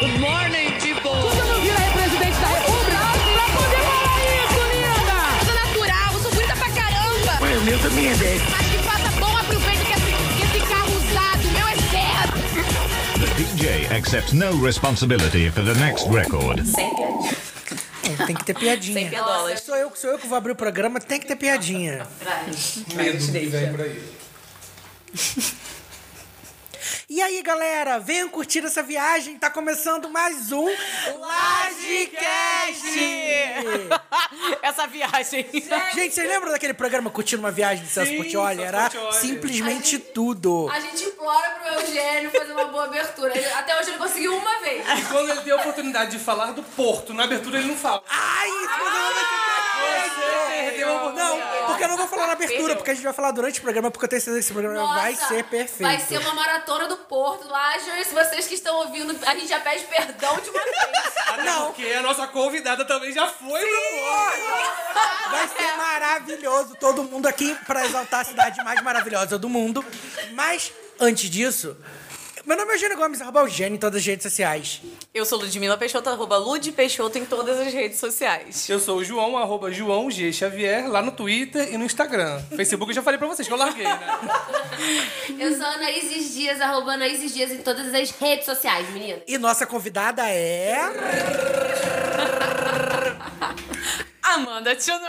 Good morning, people! Quando eu não vira a presidente da República pra poder falar isso, linda! sou natural, eu sou bonita pra caramba. Ué, o meu também é 10. Mas que faça bom, aproveita é que esse, que esse carro usado, o meu é zero. The DJ accepts no responsibility for the next record. É, tem que ter piadinha. Sou eu, sou eu que vou abrir o programa, tem que ter piadinha. E aí, galera, venham curtir essa viagem. Tá começando mais um Lagecast! Essa viagem. Gente, vocês lembram daquele programa Curtindo uma Viagem de Celso Sim, Portioli? Celso Era Portiolli. simplesmente tudo. A gente implora pro Eugênio fazer uma boa abertura. Ele- Até hoje ele conseguiu uma vez. E quando ele tem a oportunidade de falar do Porto, na abertura ele não fala. Ai, isso não vai ter Você perdeu a piadinha. tá Não, porque eu não vou falar na abertura, Perdeu. porque a gente vai falar durante o programa, porque eu tenho certeza que esse programa Nossa, vai ser perfeito. Vai ser uma maratona do Porto, do Azure. Se vocês que estão ouvindo, a gente já pede perdão de uma vez. Até Não. porque a nossa convidada também já foi pro Porto. Vai ser maravilhoso todo mundo aqui pra exaltar a cidade mais maravilhosa do mundo. Mas, antes disso, meu nome é Eugênio Gomes, arroba Eugênio em todas as redes sociais. Eu sou Ludmila Peixoto, arroba Lud Peixoto em todas as redes sociais. Eu sou o João, arroba João G. Xavier, lá no Twitter e no Instagram. Facebook eu já falei pra vocês que eu larguei, né? Eu sou a Anaíses Dias, arroba Anaíses Dias em todas as redes sociais, meninas. E nossa convidada é. Amanda Tchinoco!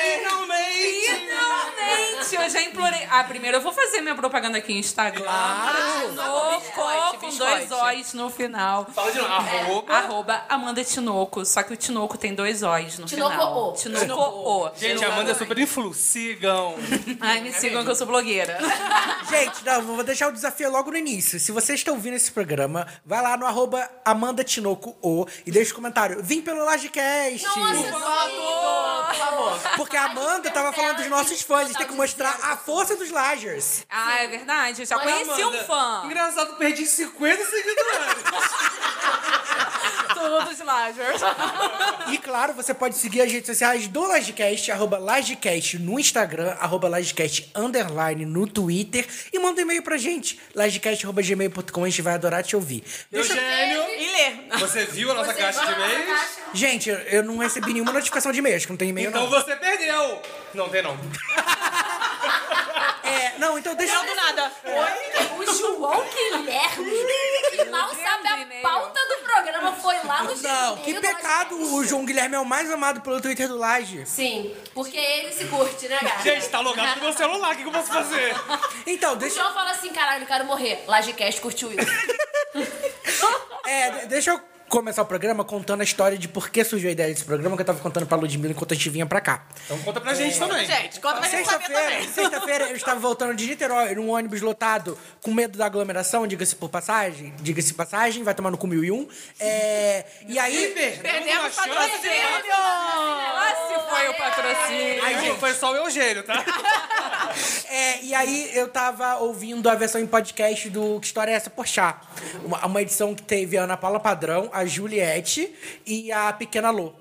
Finalmente! Finalmente! Eu já implorei. Ah, primeiro eu vou fazer minha propaganda aqui no Instagram. Claro! Tinoco, com dois O's no final. Fala de novo. Arroba. Arroba Amanda Tinoco. Só que o Tinoco tem dois O's no Tinoco final. O. Tinoco O. Gente, a Amanda é super influ. Sigam. Ai, me sigam que eu sou blogueira. Gente, não, vou deixar o desafio logo no início. Se vocês estão ouvindo esse programa, vai lá no arroba Amanda Tinoco O e deixa o comentário. Vim pelo Lagecast! favor, por favor. Porque a Amanda tava falando dos nossos fãs, a gente tem que mostrar a força dos Lagers. Ah, é verdade. Eu já Olha, conheci um Amanda, fã. Engraçado, perdi 50 seguidores. Todos Lajers. E claro, você pode seguir as redes sociais do Lagecast, arroba Lagecast no Instagram, arroba Lagecast underline no Twitter. E manda um e-mail pra gente, lagecast.gmail.com, a gente vai adorar te ouvir. Deixa- Eugênio, E lê. você viu a nossa caixa de e-mails? Gente, eu- eu não recebi nenhuma notificação de e-mail, acho que não tem e-mail Então não. você perdeu. Não tem não. É, não, então deixa... Não do nada. O João Guilherme, que mal sabe a e-mail. pauta do programa, foi lá no Não, Gmail que do pecado, Lagecast. o João Guilherme é o mais amado pelo Twitter do Laje. Sim, porque ele se curte, né, gata? Gente, tá logado no meu celular. O que que eu posso fazer? Então, O deixa, João fala assim, caralho, eu quero morrer. Lagecast curtiu isso. é, de- deixa eu começar o programa contando a história de por que surgiu a ideia desse programa, que eu tava contando pra Ludmilla enquanto a gente vinha pra cá. Então conta pra gente também. Gente, conta é pra gente tá saber Sexta-feira, também. sexta-feira eu estava voltando de Niterói num ônibus lotado com medo da aglomeração, diga-se por passagem, diga-se passagem, vai tomar no cu mil e um. É, e aí, Perdemos Uma chance de- patrocínio! Ah, se foi o patrocínio. Ai, gente, foi só o Eugênio, tá? é, e aí eu tava ouvindo a versão em podcast do Que História é essa Porchá? Uma, uma edição que teve a Ana Paula Padrão, a Juliette e a Pequena Lô.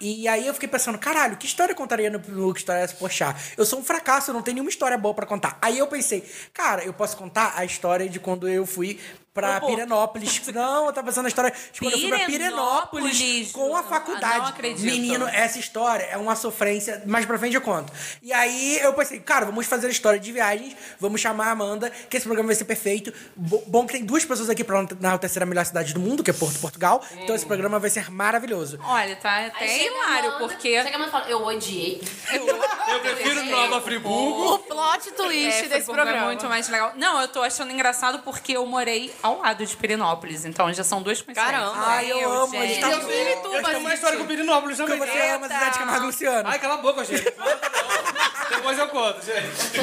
E aí eu fiquei pensando, caralho, que história eu contaria no, no Que História é essa Porchá? Eu sou um fracasso, eu não tenho nenhuma história boa pra contar. Aí eu pensei, cara, eu posso contar a história de quando eu fui pra Pirenópolis. Não, eu tava pensando na história de quando eu fui pra Pirenópolis? Pirenópolis com a Não, faculdade. não acredito. Menino, essa história é uma sofrência. Mais pra frente eu conto. E aí eu pensei, cara, vamos fazer a história de viagens, vamos chamar a Amanda, que esse programa vai ser perfeito. Bo- Bom que tem duas pessoas aqui pra na terceira melhor cidade do mundo, que é Porto, Portugal. Então esse programa vai ser maravilhoso. Olha, tá Aí até chega a hilário, Amanda, porque... é Chega a Amanda e fala, eu odiei. Eu prefiro Nova Friburgo. O plot twist É, desse Friburgo programa. É muito mais legal. Não, eu tô achando engraçado porque eu morei ao lado de Pirenópolis, então já são duas coincidências. Caramba. Ai, eu, Meu, amo. A gente gente. tá Eu vi ele tudo, Eu tenho uma gente. história com o Pirinópolis que também. você ama a cidade Camargo Luciano. Ai, cala a boca, gente. Tá Depois eu conto, gente.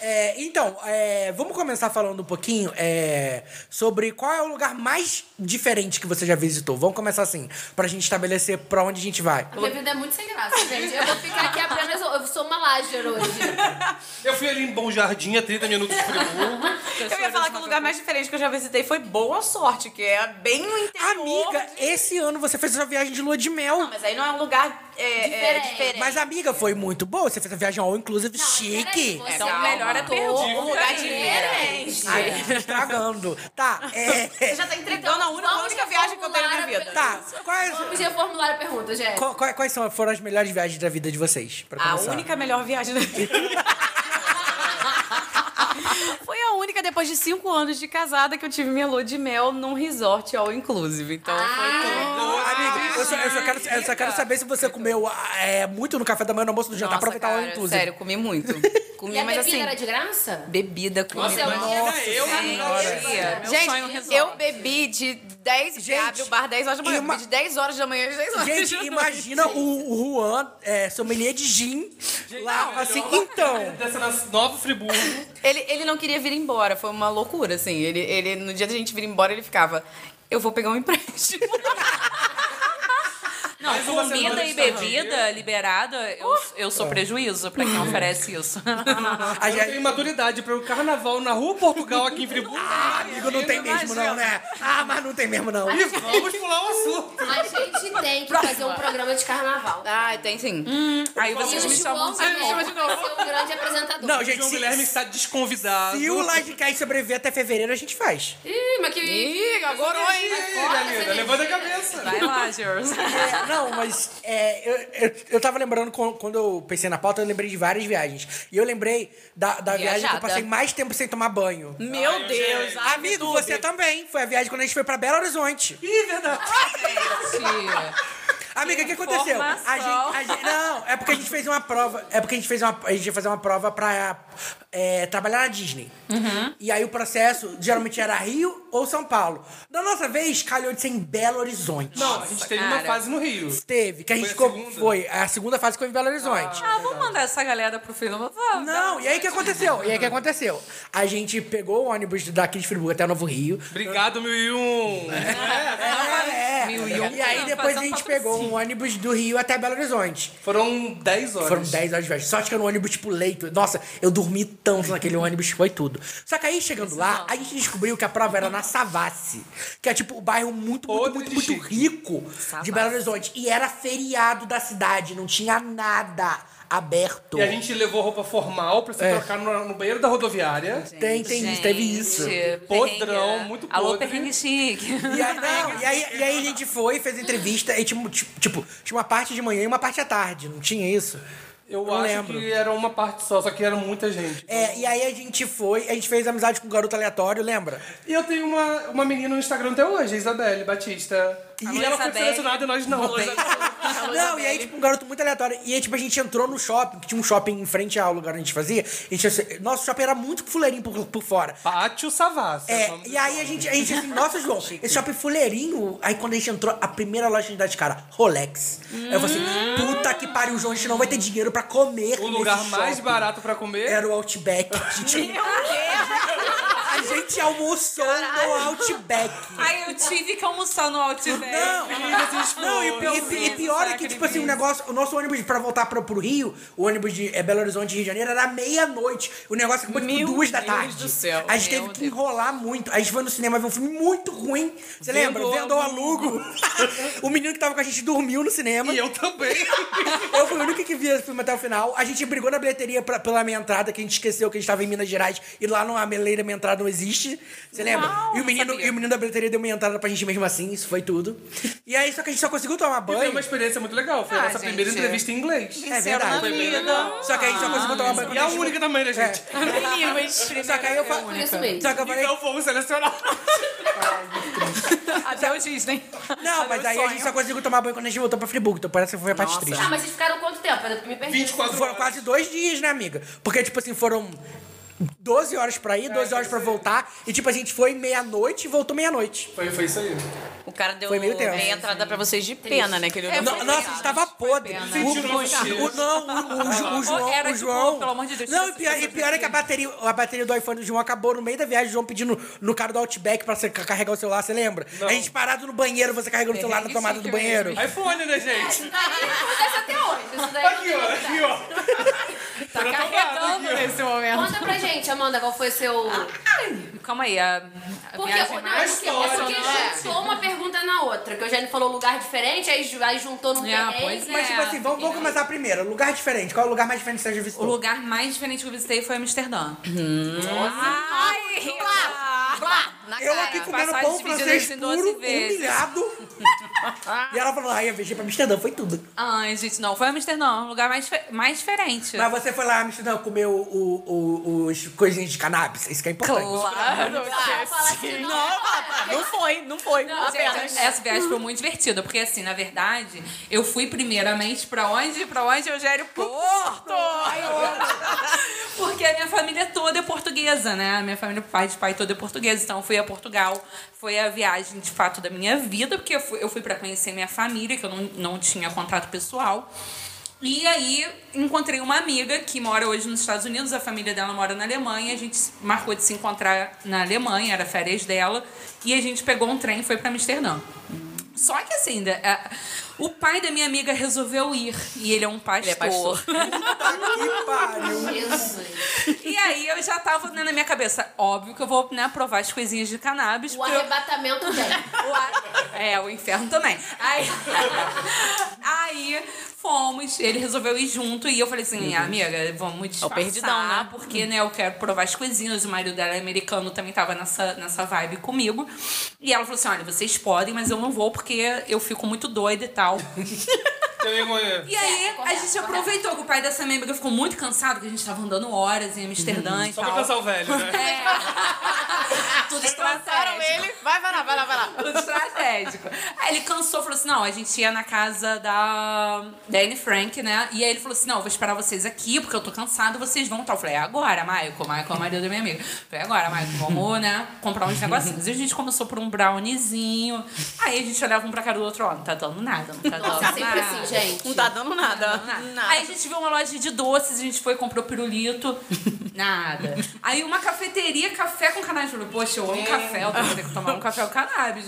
É, então, é, vamos começar falando um pouquinho é, sobre qual é o lugar mais diferente que você já visitou. Vamos começar assim, pra gente estabelecer pra onde a gente vai. A minha vida é muito sem graça, gente. Eu vou ficar aqui apenas... Eu sou uma lager hoje. Eu fui ali em Bom Jardim, a 30 minutos de Friburgo. Eu ia falar que o lugar mais diferente que eu já visitei foi Boa Sorte, que é bem no interior. Amiga, esse ano você fez a sua viagem de lua de mel. Mas aí não é um lugar é, é, Diferente. diferente. Mas, amiga, foi muito boa. Você fez a viagem all inclusive chique. Peraí, Então, é você melhor é aumentou pergunta, o lugar de hein? diferente. Ai, Estragando. Tá, é. Você já tá entregando a única, a Então, Vamos única viagem que eu tenho na minha reformular vida. Tá, quais, Vamos reformular a pergunta, gente. qu- qu- quais são, foram as melhores viagens da vida de vocês? Pra A começar? única melhor viagem da vida. Foi a única, depois de cinco anos de casada, que eu tive minha lua de mel num resort all inclusive. Então foi tudo. Amiga, eu só, eu só quero, eu só quero saber se você comeu ah, é, muito no café da manhã, no almoço, no jantar. Nossa, Aproveitar cara, all inclusive. Sério, comi muito. Comi, E a mas bebida assim. era de graça? Bebida, Nossa, é comida. eu Nossa, eu Maria. Meu Gente, sonho resolve. eu bebi de 10 Gente, abre o bar 10 horas da manhã. ima- Eu bebi de 10 horas da manhã às 10 horas. Gente, imagina o, o Juan, é, sommelier de gin, lá, assim, então... Dessa nas- Nova Friburgo. Ele, ele não queria vir embora, foi uma loucura, assim. Ele, ele, no dia da gente vir embora, ele ficava, eu vou pegar um empréstimo. Não, uma semana comida de e bebida liberada, eu, eu sou prejuízo pra quem oferece isso. A Eu tenho gente, maturidade pra um carnaval na rua Portugal aqui em Friburgo. ah, amigo, não tem mesmo não, né? Ah, mas não tem mesmo não. E vamos pular o assunto. A gente tem que fazer um programa de carnaval. Ai, Ah, tem sim. Aí E vocês o me um chamam João de Guilherme louco. vai ser o grande apresentador. Não, gente, João se, Guilherme está desconvidado. se o Laje Cai sobreviver até fevereiro, a gente faz. Ih, mas que... Ih, agora Ih, oi. Galina, levanta a cabeça. Vai lá, Gers. É, não, mas é, eu, eu, eu tava lembrando, com- quando eu pensei na pauta, eu lembrei de várias viagens. E eu lembrei da, da viagem que eu Viajada. passei mais tempo sem tomar banho. Meu Deus. ai, Amigo, você também. Foi a viagem quando a gente foi pra Belo Horizonte. Ih, verdade. Mentira. Amiga, o que aconteceu? A gente, informação. a gente- não, é porque a gente fez uma prova. É porque a gente fez uma. A gente ia fazer uma prova pra é, trabalhar na Disney. Uhum. E aí o processo geralmente era Rio ou São Paulo. Na nossa vez, calhou de ser em Belo Horizonte. Não, a gente teve uma cara. fase no Rio. Teve, que a gente Foi a ficou- segunda? foi. A segunda fase foi em Belo Horizonte. Ah, vamos mandar essa galera pro filme. Vamos. Não, e aí o que aconteceu? E aí o que aconteceu? A gente pegou o ônibus daqui de Friburgo até Novo Rio. Obrigado, mil e um. É, Mil e um. E aí depois a gente pegou um ônibus do Rio até Belo Horizonte. Foram 10 horas. Foram 10 horas de viagem. Sorte que era um ônibus tipo leito. Nossa, eu dormi tanto naquele ônibus, foi tudo. Só que aí, chegando lá, a gente descobriu que a prova era na Savassi. Que é tipo o bairro muito, muito, Podre muito, de muito chique. rico de Belo Horizonte. E era feriado da cidade, não tinha nada aberto. E a gente levou roupa formal pra se É. trocar no, no banheiro da rodoviária. Tem, tem isso, teve isso. Perrengue. é. Podrão, é muito Alô, podre. perrengue chique. E aí, não, e aí, e aí a gente foi, fez entrevista, e tipo, ti- tipo, tinha uma parte de manhã e uma parte à tarde, não tinha isso? Eu Não acho lembro. que era uma parte só, só que era muita gente. É, e aí a gente foi, a gente fez amizade com um garoto aleatório, lembra? E eu tenho uma, uma menina no Instagram até hoje, a Isabelle Batista. E Alô, ela foi Isabelle. selecionada e nós não. Não, e aí, tipo, um garoto muito aleatório. E aí, tipo, a gente entrou no shopping, que tinha um shopping em frente ao lugar onde a gente fazia. A gente, nosso shopping era muito fuleirinho por, por fora. Pátio Savassi. É, o nome e do aí shopping. a gente, a gente assim, nossa, João, esse shopping fuleirinho, aí quando a gente entrou, a primeira loja que a gente dá de cara, Rolex. Aí eu falei assim, puta que pariu, João, a gente não vai ter dinheiro pra comer Hum. O nesse lugar mais shopping. barato pra comer. Era o Outback. A gente, a gente almoçou no Outback. Ai, eu tive que almoçar no Outback. Não, não, e, pi- e pi- e pior é que, tipo assim, o negócio, o nosso ônibus pra voltar pra, pro Rio, o ônibus de é, Belo Horizonte Rio de Janeiro, era meia-noite. O negócio acabou tipo Meu duas da Deus tarde. do céu. A gente Meu teve que Deus. enrolar muito. A gente foi no cinema ver um filme muito ruim. Você lembra? Vendou alugo. o menino que tava com a gente dormiu no cinema. E eu também. Eu fui o único que via esse filme até o final. A gente brigou na bilheteria pra- pela minha entrada, que a gente esqueceu que a gente tava em Minas Gerais e lá no, a meleira minha entrada não existe. Você lembra? e, o menino, e o menino da bilheteria deu uma entrada pra gente mesmo assim, isso foi tudo. E aí, só que a gente só conseguiu tomar E Foi é uma banho. experiência muito legal. Foi a Ah, nossa primeira gente. entrevista em inglês. É verdade. Só que a gente só conseguiu tomar banho E quando a gente única também, né, gente? Só que aí eu falei. Por isso mesmo. Só que eu falei. É, Então fomos selecionados. Até o Disney. Não, um mas aí a gente só conseguiu tomar banho quando a gente voltou pra Friburgo. Então parece que foi a parte triste. Ah, mas vocês ficaram quanto tempo? Eu me perdi. 24 Foram horas. quase dois dias, né, amiga? Porque, tipo assim, foram 12 horas pra ir, 12 horas pra voltar. E, tipo, a gente foi meia-noite e voltou meia-noite. Foi, foi isso aí. O cara deu assim, Foi meio tenso. meia entrada pra vocês de pena, né? Que ele No- nossa, a gente tava podre. Sentiram O, nosso cheiro. o, não, o, o, Ju- o João. Era o tipo, João pelo amor de Deus, Não, e tira pior, essa e pior é que a bateria, a bateria do iPhone do João acabou no meio da viagem. O João pedindo no cara do Outback pra você ca- carregar o celular, você lembra? A gente parado no banheiro, você carregando o celular na Perrengue tomada do chique banheiro. iPhone, né, gente? Isso daí acontece até hoje. Isso daí Aqui, ó. É não tem Aqui, ó. né? Tá carregando nesse momento. Conta pra gente, Amanda, qual foi seu. Calma aí, a, a Ah, Porque, viagem não, mais- porque, é porque né? juntou uma pergunta na outra, que o Eugênio falou lugar diferente, aí, ju- aí juntou num Ah, perrengue. né? pois mas Mas, tipo assim, vamos, vamos começar primeiro. Lugar diferente. Qual é o lugar mais diferente que você já O visitou? lugar mais diferente que eu visitei foi Amsterdã. Ai, eu aqui comendo é passagem pão dividida francês em doze puro, vezes. humilhado. e ela falou, ai, eu viajei pra Amsterdã, foi tudo. Ai, gente, não, foi Amsterdã, o lugar mais, fe- mais diferente. Mas você foi lá em Amsterdã comer o, o- o- os coisinhas de cannabis, isso que é importante. Claro. Não, papai, não foi, não foi. apenas. Gente, é essa viagem foi muito divertida, porque assim, na verdade, eu fui primeiramente pra onde? Pra onde, Eugério? Porto! porque a minha família toda é portuguesa, né? A minha família, pai de pai, toda é portuguesa. Então, eu fui a Portugal. Foi a viagem, de fato, da minha vida, porque eu fui, eu fui pra conhecer minha família, que eu não, não tinha contato pessoal. E aí, encontrei uma amiga que mora hoje nos Estados Unidos, a família dela mora na Alemanha, a gente marcou de se encontrar na Alemanha, era férias dela, e a gente pegou um trem e foi pra Amsterdã. Só que assim, da- a- o pai da minha amiga resolveu ir, e ele é um pastor. é pastor. Que pariu. E aí eu já tava né, na minha cabeça, óbvio que eu vou né, provar as coisinhas de cannabis. O Então, porque eu- arrebatamento vem. O a- É, o inferno também. Aí, aí fomos, ele resolveu ir junto e eu falei assim, amiga, vamos disfarçar, É perdidão, né? porque né, eu quero provar as coisinhas, o marido dela é americano, também tava nessa, nessa vibe comigo. E ela falou assim, olha, vocês podem, mas eu não vou porque eu fico muito doida e tal. É, E aí, a gente aproveitou que o pai dessa minha amiga ficou muito cansado, que a gente tava andando horas em Amsterdã e Uhum. Só tal. É. pra cansar o velho, né? Tudo estratégico. ele. Vai, vai lá, vai lá, vai lá. Tudo estratégico. Aí ele cansou, falou assim: não, a gente ia na casa da, da Anne Frank, né? E aí ele falou assim: não, eu vou esperar vocês aqui, porque eu tô cansado, vocês vão tal. Eu falei, é agora, Michael, Michael é o marido da minha amiga. Eu falei, agora, Michael, vamos, né? Comprar uns negocinhos. E a gente começou por um browniezinho. Aí a gente olhava um pra cara do outro, ó, não tá dando nada, não tá dando Nossa, nada. sempre assim, gente. Não tá dando nada. Nada. Aí a gente viu uma loja de doces, a gente foi e comprou pirulito. Nada. É. Aí uma cafeteria, café com cannabis. Eu falei, poxa, eu amo café, eu tenho que tomar um café com cannabis.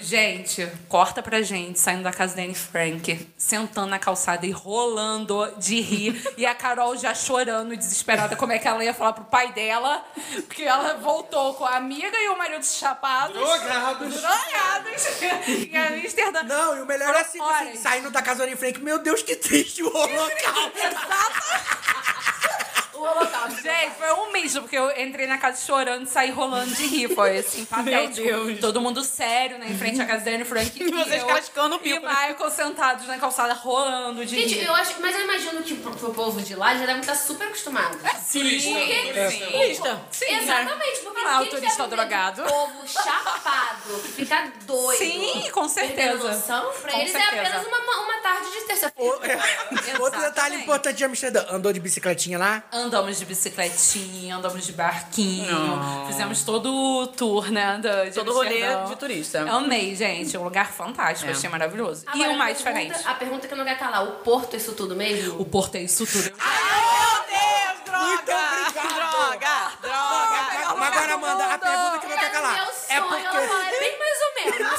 gente, corta pra gente, saindo da casa da Anne Frank, sentando na calçada e rolando de rir. E a Carol já chorando, desesperada, como é que ela ia falar pro pai dela, porque ela voltou com a amiga e o marido chapados. Drogados. Drogados. em Amsterdã. Não, e o melhor é assim, Foram assim horas. saindo da casa do Anne Frank, meu Deus, que triste o holocausto. O holocausto. Gente, foi um misto, porque eu entrei na casa chorando e saí rolando de rir. Foi assim, patético. Todo mundo sério, né? Em frente à casa da Anne Frank. E vocês eu cascando o E bico, né? Michael sentados na calçada rolando de Gente, rir. eu acho, mas eu imagino que pro, pro povo de lá já devem estar super acostumado. É, Sim, É, né? sim. Turista. assim, Exatamente, porque Lá, ninguém o turista deve ver drogado. um povo chapado que fica doido. Sim, com certeza. Perdendo noção, pra Com eles certeza. é apenas uma, uma tarde de terça-feira. Outro detalhe Exatamente. importante de Amsterdã, andou de bicicletinha lá? Andamos de bicicletinha, andamos de barquinho, fizemos todo o tour, né? da- de Todo o rolê Amsterdã. de turista. É. Amei, gente. Um lugar fantástico, achei maravilhoso. Agora, e o a mais pergunta- diferente? A pergunta que não quer calar, o Porto é isso tudo mesmo? O Porto é isso tudo. Deus, droga! Muito obrigado. Droga! Droga! Mas agora, Amanda, a pergunta que não quer Era calar. meu É sonho, ela porque. fala, é bem mais ou menos.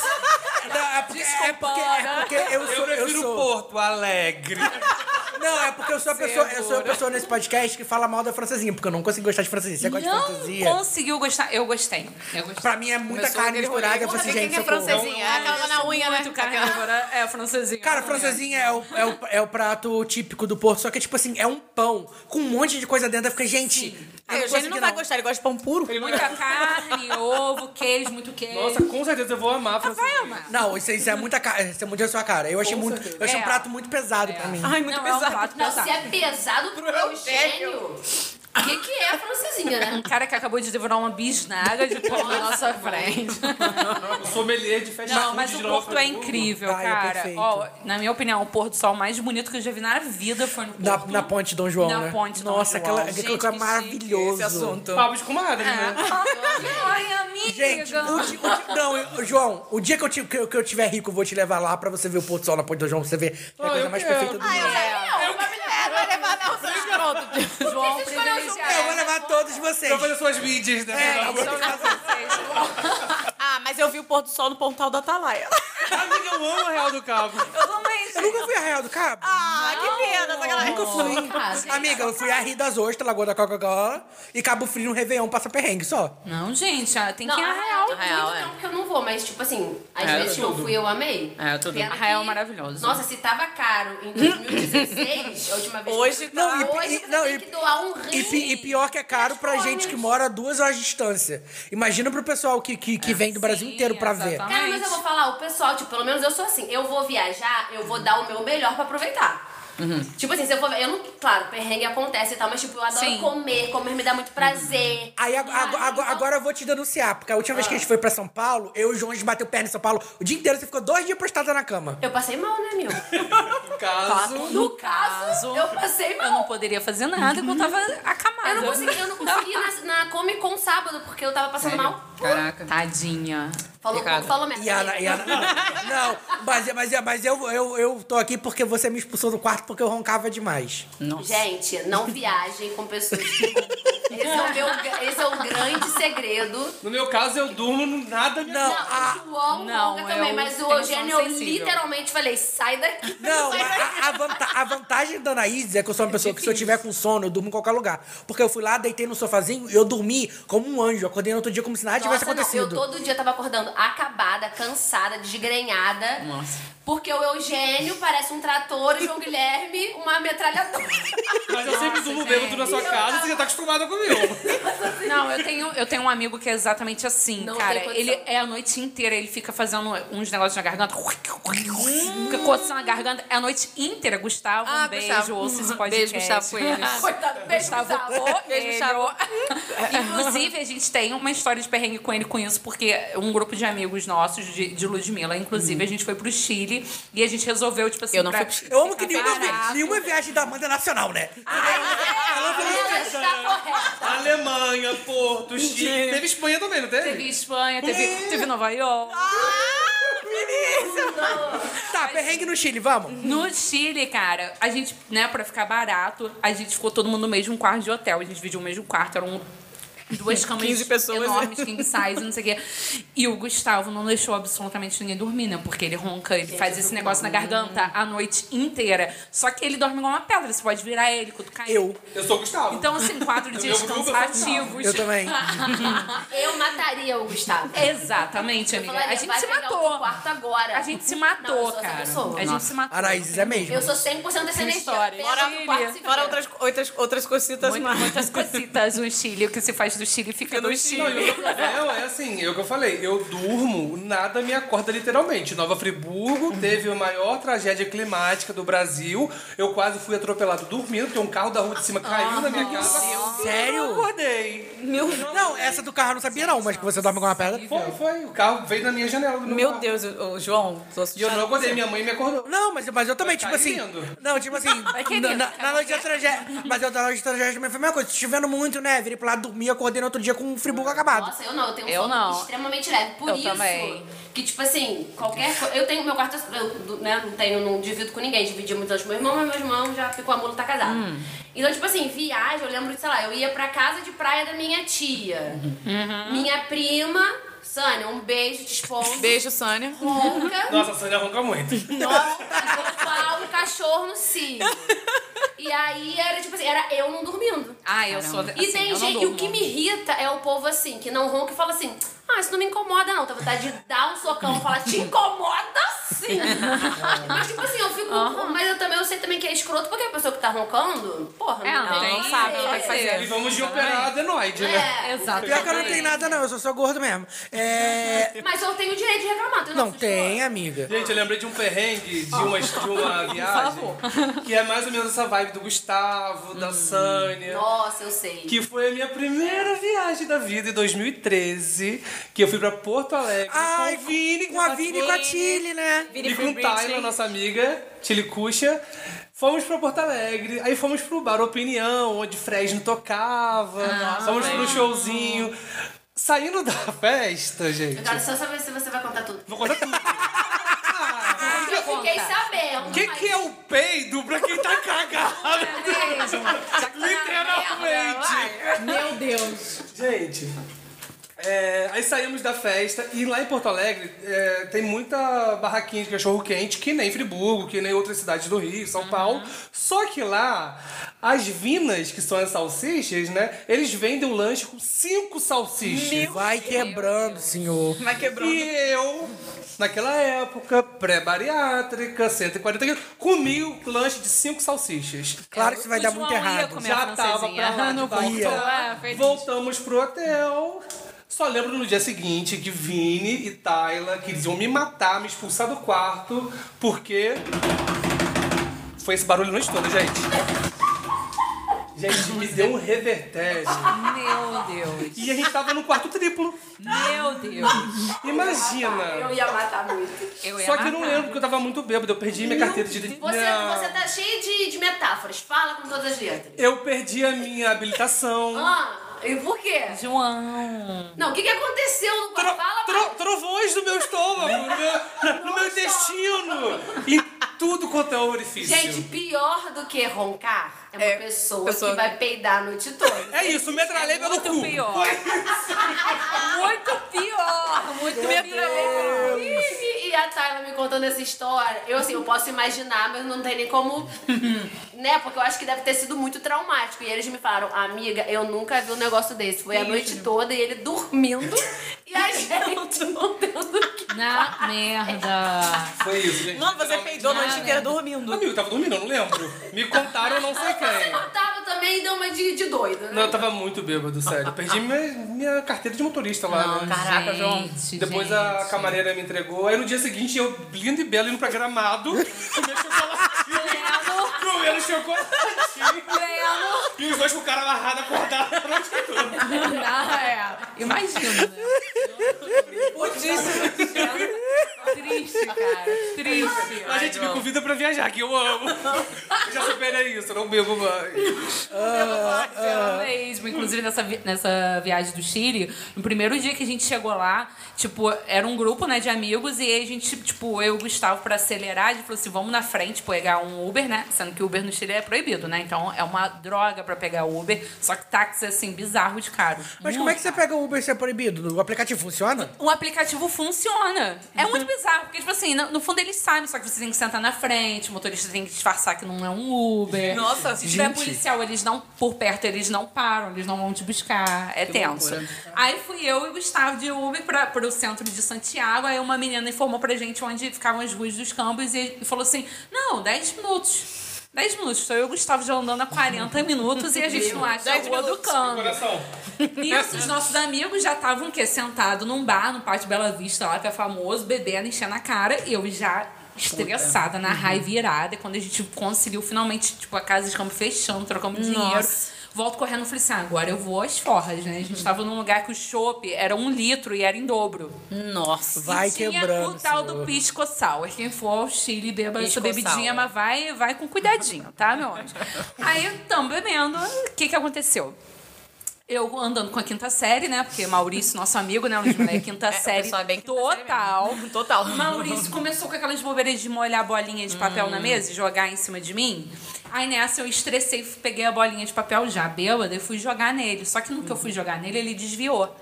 Não, é porque, é porque, é porque né? eu Eu sou. Eu prefiro sou Porto Alegre. não, é porque eu sou a pessoa, eu sou a pessoa nesse podcast que fala mal da francesinha, porque eu não consigo gostar de francesinha. Você gosta de francesinha? Não conseguiu gostar. Eu gostei. Eu gostei. Pra mim é muita Começou carne aquele misturada. Eu falei assim, rolê. Sabe quem gente, que é socorro. francesinha? É aquela na unha, né? assim, Muito carnívora. É, francesinha. Cara, francesinha é o, é, o, é o prato típico do Porto, só que é tipo assim, é um pão com um monte de coisa dentro. Eu fiquei, gente, Ah, o eu não Eugênio consegui não vai não. gostar, ele gosta de pão puro. Muita carne, ovo, queijo, muito queijo. Nossa, com certeza eu vou amar. Francisco. Ah, vai amar. Não, isso, isso é muita cara, isso é muito da sua cara. Eu achei muito, eu achei É. um prato muito pesado pra mim. Ai, muito Não, é um pesado. prato Não, pesado. se é pesado pro Eugênio, o que, que é a francesinha, né? Um cara que acabou de devorar uma bisnaga de pão na nossa frente. Eu sou sommelier de fast Não, food mas de o Nova Porto é Friburgo. incrível, Ah, é cara. perfeito. Ó, na minha opinião, o pôr do sol mais bonito que eu já vi na vida foi no Na, Porto. na ponte Dom João, Na né? ponte Dom Nossa, João. aquela, aquele Gente, lugar que maravilhoso. Esse assunto. Papo de comadre, né? Ah. Ai, amiga. Gente, o di- o di- não, eu- João, o dia que eu, ti- que eu- que eu tiver rico, eu vou te levar lá pra você ver o Porto do Sol na Ponte do João, pra você ver É a coisa eu mais quero. perfeita do mundo. É, João Eu vou privilegiado. levar todos vocês. Pra fazer suas mídias, né? É, Amiga, Ah, mas eu vi o pôr do sol no Pontal da Atalaia. eu amo a Real do Cabo. Eu também, Eu nunca fui a Real do Cabo. Ah, que pena, tá sacanagem. Nunca fui. Ah, gente, Amiga, eu fui a Rio das Ostras, Lagoa da Coca-Cola e Cabo Frio no Réveillon passa perrengue só. Não, gente, ah, tem que ir a Arraial, real. Arraial, muito é. tempo que eu não vou, mas tipo assim, às É, vezes que eu tudo. fui, eu amei. É, tudo. Pena Arraial que- maravilhoso. Nossa, se tava caro em 2016, a última vez Hoje que eu fui tá- pra lá, Não, e- hoje e- não, você tem e- que doar um rim. E, pi- e pior que é caro pra gente que mora a duas horas de distância. Imagina pro pessoal que, que, que vem do Brasil sim, inteiro pra ver. exatamente. Cara, mas eu vou falar, o pessoal, tipo, pelo menos eu sou assim, eu vou viajar, eu vou dar o meu melhor pra aproveitar. Uhum. Tipo assim, se eu for. Eu não, claro, perrengue acontece e tal, mas tipo, eu adoro Sim. comer, comer me dá muito prazer. Uhum. Aí ag- ag- ag- Ah, agora, então- eu vou te denunciar, porque a última vez que a gente foi pra São Paulo, eu e o João a gente bateu perna em São Paulo o dia inteiro, você ficou dois dias postada na cama. Eu passei mal, né, meu? Caso. No caso, eu passei Eu não mal. poderia fazer nada porque eu tava acamada. Eu não consegui, eu não consegui ir na, na Comic Con sábado, porque eu tava passando mal. Caraca. Tá. Tadinha. Falou pouco, Pecado. falou merda. E a, e a, não, mas, mas, mas eu, eu, eu tô aqui porque você me expulsou do quarto porque eu roncava demais. Gente, não viajem com pessoas que esse é, o meu, esse é o grande segredo. No meu caso, eu durmo no nada. me- Não, Não, a, o João Não, não, eu também, mas o tenho Eugênio, sono eu sensível. literalmente falei, sai daqui. não a, a, vanta- a vantagem da Anaís é que eu sou uma pessoa que se eu tiver com sono, eu durmo em qualquer lugar. Porque eu fui lá, deitei no sofazinho e eu dormi como um anjo. Acordei no outro dia como se nada Nossa, tivesse não, eu acontecido. todo dia tava acordando acabada, cansada, desgrenhada. Nossa. Porque o Eugênio parece um trator e o João Guilherme uma metralhadora. Mas eu sempre durmo bêbado na sua Eu casa, tava- você já tá acostumada comigo. Não, eu tenho, eu tenho um amigo que é exatamente assim, Não cara. tem condição. Ele é a noite inteira, ele fica fazendo uns negócios na garganta. Fica coçando a garganta. É a noite inteira, Gustavo. Ah, um beijo, Gustavo. ouça esse podcast. Beijo, Gustavo Coelho. Coitado, beijo, Gustavo Gustavo. Coelho. Inclusive, a gente tem uma história de perrengue com ele com isso, porque um grupo de amigos nossos, de, de Ludmilla, inclusive, a gente foi pro Chile e a gente resolveu, tipo assim, Uhum. Eu não pra- fui pro Chile. Eu amo que nenhuma, vi- Caraca. nenhuma viagem da Amanda é nacional, né? Ela está correta. Alemanha, Porto, Chile. Teve Espanha também, não teve? Teve Espanha, Hum. teve, teve Nova York. Ah, Tá, perrengue no Chile, vamos. No Chile, cara, a gente, né, pra ficar barato, a gente ficou todo mundo no mesmo quarto de hotel. A gente dividiu o mesmo quarto, eram duas camas 15 pessoas, né? enormes, king size, não sei o quê. E o Gustavo não deixou absolutamente ninguém dormir, né? Porque ele ronca, ele faz esse negócio na garganta a noite inteira. Só que ele dorme igual uma pedra, você pode virar ele, cutucar ele. Eu. Eu sou o Gustavo. Então, assim, quatro dias meu grupo, eu sou cansativos. Eu também. Eu mataria o Gustavo. Exatamente, amiga. A Falaria, gente vai se pegar matou. o quarto agora. A gente se Não, eu matou, sou essa cara. pessoa. A gente se matou. Anaíses é mesmo. Eu sou 100% dessa energia. história. Pega Fora- o quarto e Fora vira. outras, outras, outras cocitas Muito- mais. muitas cositas no Chile. O que se faz do Chile fica no Não, e o Chile. meu problema é assim, é o que eu falei, eu durmo, nada me acorda literalmente. Nova Uhum. Friburgo teve a maior tragédia climática do Brasil. Eu quase fui atropelado dormindo, porque um carro da rua de cima caiu na minha casa. Sério? Eu não acordei. Não, essa do carro eu não sabia não, mas que você dorme com uma pedra. Foi, foi. O carro veio na minha janela do meu, Meu quarto. Deus, ô, ô, João, tô E eu assustada. não acordei, minha mãe me acordou. Não, mas, mas eu também, Tá tipo assim. lindo. Não, tipo assim, querido, na, na- na noite da tragédia. Mas eu da noite da tragédia também foi a mesma coisa. Chovendo muito, né? Virei pro lado dormir, acordei no outro dia com o Friburgo acabado. Nossa, eu não, eu tenho um Eu sono não. extremamente leve. Por Eu isso também. que, tipo assim, qualquer coisa. Eu tenho meu quarto, eu do- né, não tenho, não divido com ninguém, dividi muito antes com meu irmão, mas meu irmão já ficou a mula tá casado. Hum. Então, tipo assim, viagem, eu lembro de, sei lá, eu ia pra casa de praia da minha tia. Uhum. Minha prima, Sânia, um beijo, te expondo. Beijo, Sânia. Ronca. Nossa, a Sônia ronca muito. Nossa, pau e cachorro no cio. E aí era tipo assim, era eu não dormindo. Ah, eu sou. Assim, E tem eu não gente, e o durmo. que me irrita é o povo assim, que não ronca e fala assim: ah, isso não me incomoda, não. Tá vontade de dar um socão e falar, te incomoda sim! mas tipo assim, eu fico. Mas eu também eu sei também que é escroto, porque a pessoa que tá roncando, porra, É, não, não, tem. não sabe, não tem que E fazer. vamos de operar adenoide, né? É, Exato. Pior que eu não tenho nada, não, eu só sou gordo mesmo. É. mas eu tenho o direito de reclamar, tu Não sou tem, amiga. Gente, eu lembrei de um perrengue de uma, de uma viagem que é mais ou menos essa vibe do Gustavo, Hum. da Sânia. escroto. Nossa, eu sei. Que foi a minha primeira viagem da vida em 2013. Que eu fui pra Porto Alegre Ai, com o Vini, com a Vini e com a Tilly, né? e com o Tyler, nossa amiga, Tilicuxa. Fomos pra Porto Alegre, aí fomos pro Bar Opinião, onde Fresno tocava. fomos pro showzinho. Saindo da festa, gente. Eu quero só saber se você vai contar tudo. Ah, Vou contar tudo. eu fiquei sabendo. O que, mas- que é o peido pra quem tá cagado? Literalmente. Meu Deus. Gente, É, aí saímos da festa e lá em Porto Alegre é, tem muita barraquinha de cachorro quente, que nem Friburgo, que nem outras cidades do Rio, São Paulo. Só que lá, as vinas, que são as salsichas, né? Eles vendem um lanche com cinco salsichas. Vai quebrando, senhor. Vai quebrando. E eu, naquela época, pré-bariátrica, 140 quilos, comi o lanche de cinco salsichas. Claro que isso vai dar muito errado. Comer a Já tava francesinha. Ah, pra lá de Não barriga. voltou. Ah, feliz. Voltamos pro hotel. Só lembro no dia seguinte que Vini e Tayla que eles iam me matar, me expulsar do quarto, porque. Foi esse barulho a noite toda, gente. Gente, me deu um revertério. Meu Deus. E a gente tava no quarto triplo. Meu Deus. Imagina! Eu ia matar muito. Eu ia Só que eu não matar. lembro porque eu tava muito bêbado, eu perdi minha carteira de identidade. Você, você tá cheio de, de metáforas. Fala com todas as letras. Eu perdi a minha habilitação. Ah, e por quê? um João. Não, o que, que aconteceu no Tro- quarto? Fala, tro- trovões no meu estômago, no meu, no meu intestino. E tudo quanto é orifício. Gente, pior do que roncar é uma É, pessoa, pessoa- que vai peidar a noite toda. é isso, metralhei pelo muito cu. pior. Foi. Muito pior. Muito E, pior. e- e a Tayla me contando essa história, eu assim, eu posso imaginar, mas não tem nem como, né? Porque eu acho que deve ter sido muito traumático. E eles me falaram, amiga, eu nunca vi um negócio desse. Foi a noite toda e ele dormindo e a gente não tendo o que Na merda. Foi isso, gente. Mano, você peidou a noite inteira dormindo. Amigo, eu tava dormindo, eu não lembro. Me contaram, eu não sei Você quem. não tava também e deu uma de, de doido, Não, né? eu tava muito bêbado, sério. Eu Perdi minha, minha carteira de motorista lá, né? Caraca, João. Gente, Depois gente. a camareira me entregou. Aí no dia seguinte eu, lindo e belo, indo pra gramado, comendo chocolate. comendo chocolatinho. Belo. E os dois com o cara amarrado, acordado a noite toda. Ah, é. Imagina, né? Triste, cara. Triste. A gente me convida pra viajar, que eu amo. Eu já superei isso, eu não bebo mais. né? Eu mesmo. Inclusive, nessa, vi- nessa viagem do Chile, no primeiro dia que a gente chegou lá, tipo, era um grupo, né, de amigos, e aí a gente, tipo, eu e o Gustavo, pra acelerar, a gente falou assim, vamos na frente pegar um Uber, né? Sendo que Uber no Chile é proibido, né? Então, é uma droga pra pegar Uber, só que táxi, é, assim, bizarro de caro. Mas como é que você Muito pega o Uber se é proibido? O aplicativo funciona? o um aplicativo funciona. É muito bizarro, porque, tipo assim, no, no fundo eles sabem, só que você tem que sentar na frente, o motorista tem que disfarçar que não é um Uber. Nossa, se tiver gente. policial, eles não, por perto, eles não param, eles não vão te buscar. É tenso. Aí fui eu e o Gustavo de Uber pra, pro centro de Santiago, aí uma menina informou pra gente onde ficavam as ruas dos campos e, e falou assim: não, 10 minutos. 10 minutos, sou eu e o Gustavo já andando há 40 minutos e a gente não acha a rua do câmbio. Coração. Nisso, os nossos amigos já estavam o quê? Sentados num bar, no Pátio Bela Vista, lá que é famoso, bebendo, enchendo a cara. E eu já estressada, na raiva irada. E Quando a gente conseguiu finalmente, tipo, a casa de campo fechando, trocamos dinheiro. Volto correndo e falei assim: ah, agora eu vou às forras, né? A gente tava num lugar que o chopp era um litro e era em dobro. Nossa. Vai e tinha quebrando. o tal senhor. do pisco sour. Quem for ao Chile, beba Pisco essa bebidinha, sour. mas vai, vai com cuidadinho, tá, meu anjo? Aí, tamo bebendo. O que que aconteceu? Eu andando com a quinta série, né? Porque Maurício, nosso amigo, né? Luiz Moleque, quinta série pessoal é bem quinta série total. Total. Maurício começou com aquelas bobeiras de molhar a bolinha de papel na mesa e jogar em cima de mim. Aí nessa eu estressei, fui- peguei a bolinha de papel já bêbada e fui jogar nele. Só que no que eu fui jogar nele, ele desviou.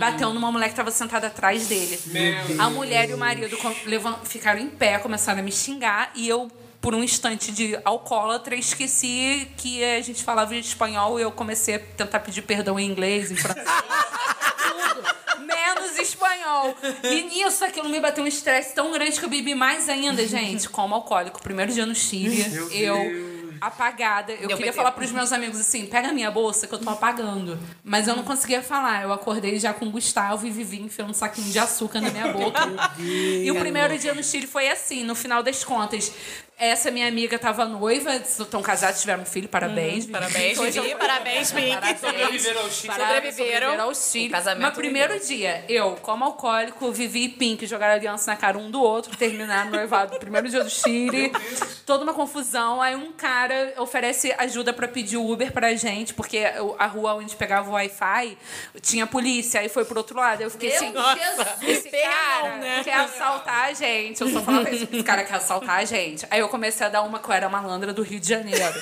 Bateu numa mulher que tava sentada atrás dele. a mulher e o marido com- levan- ficaram em pé, começaram a me xingar e eu. Por um instante de alcoólatra, esqueci que a gente falava espanhol e eu comecei a tentar pedir perdão em inglês, em francês menos espanhol. E nisso aquilo me bateu um estresse tão grande que eu bebi mais ainda, gente, como alcoólico. Primeiro dia no Chile, eu apagada. Eu queria falar pros meus amigos assim: pega a minha bolsa que eu tô apagando. Mas eu não conseguia falar. Eu acordei já com o Gustavo e vivi enfiando um saquinho de açúcar na minha boca. e o primeiro dia no Chile foi assim, no final das contas. Essa minha amiga tava noiva, estão casados, tiveram um filho, parabéns. Uhum, Parabéns, Hoje eu- Vivi. Parabéns, Pink. Sobreviveram ao Chile. Sobreviveram ao O Chile. casamento Mas primeiro dia, eu, como alcoólico, Vivi e Pink jogaram aliança na cara um do outro, terminaram noivado no primeiro dia do Chile. Toda uma confusão. Aí um cara oferece ajuda pra pedir Uber pra gente, porque o- a rua onde pegava o Wi-Fi tinha polícia. Aí foi pro outro lado. Eu fiquei assim. Esse cara quer assaltar a gente. Eu só falava isso. Esse cara quer assaltar a gente. Aí eu comecei a dar uma que eu era malandra do Rio de Janeiro.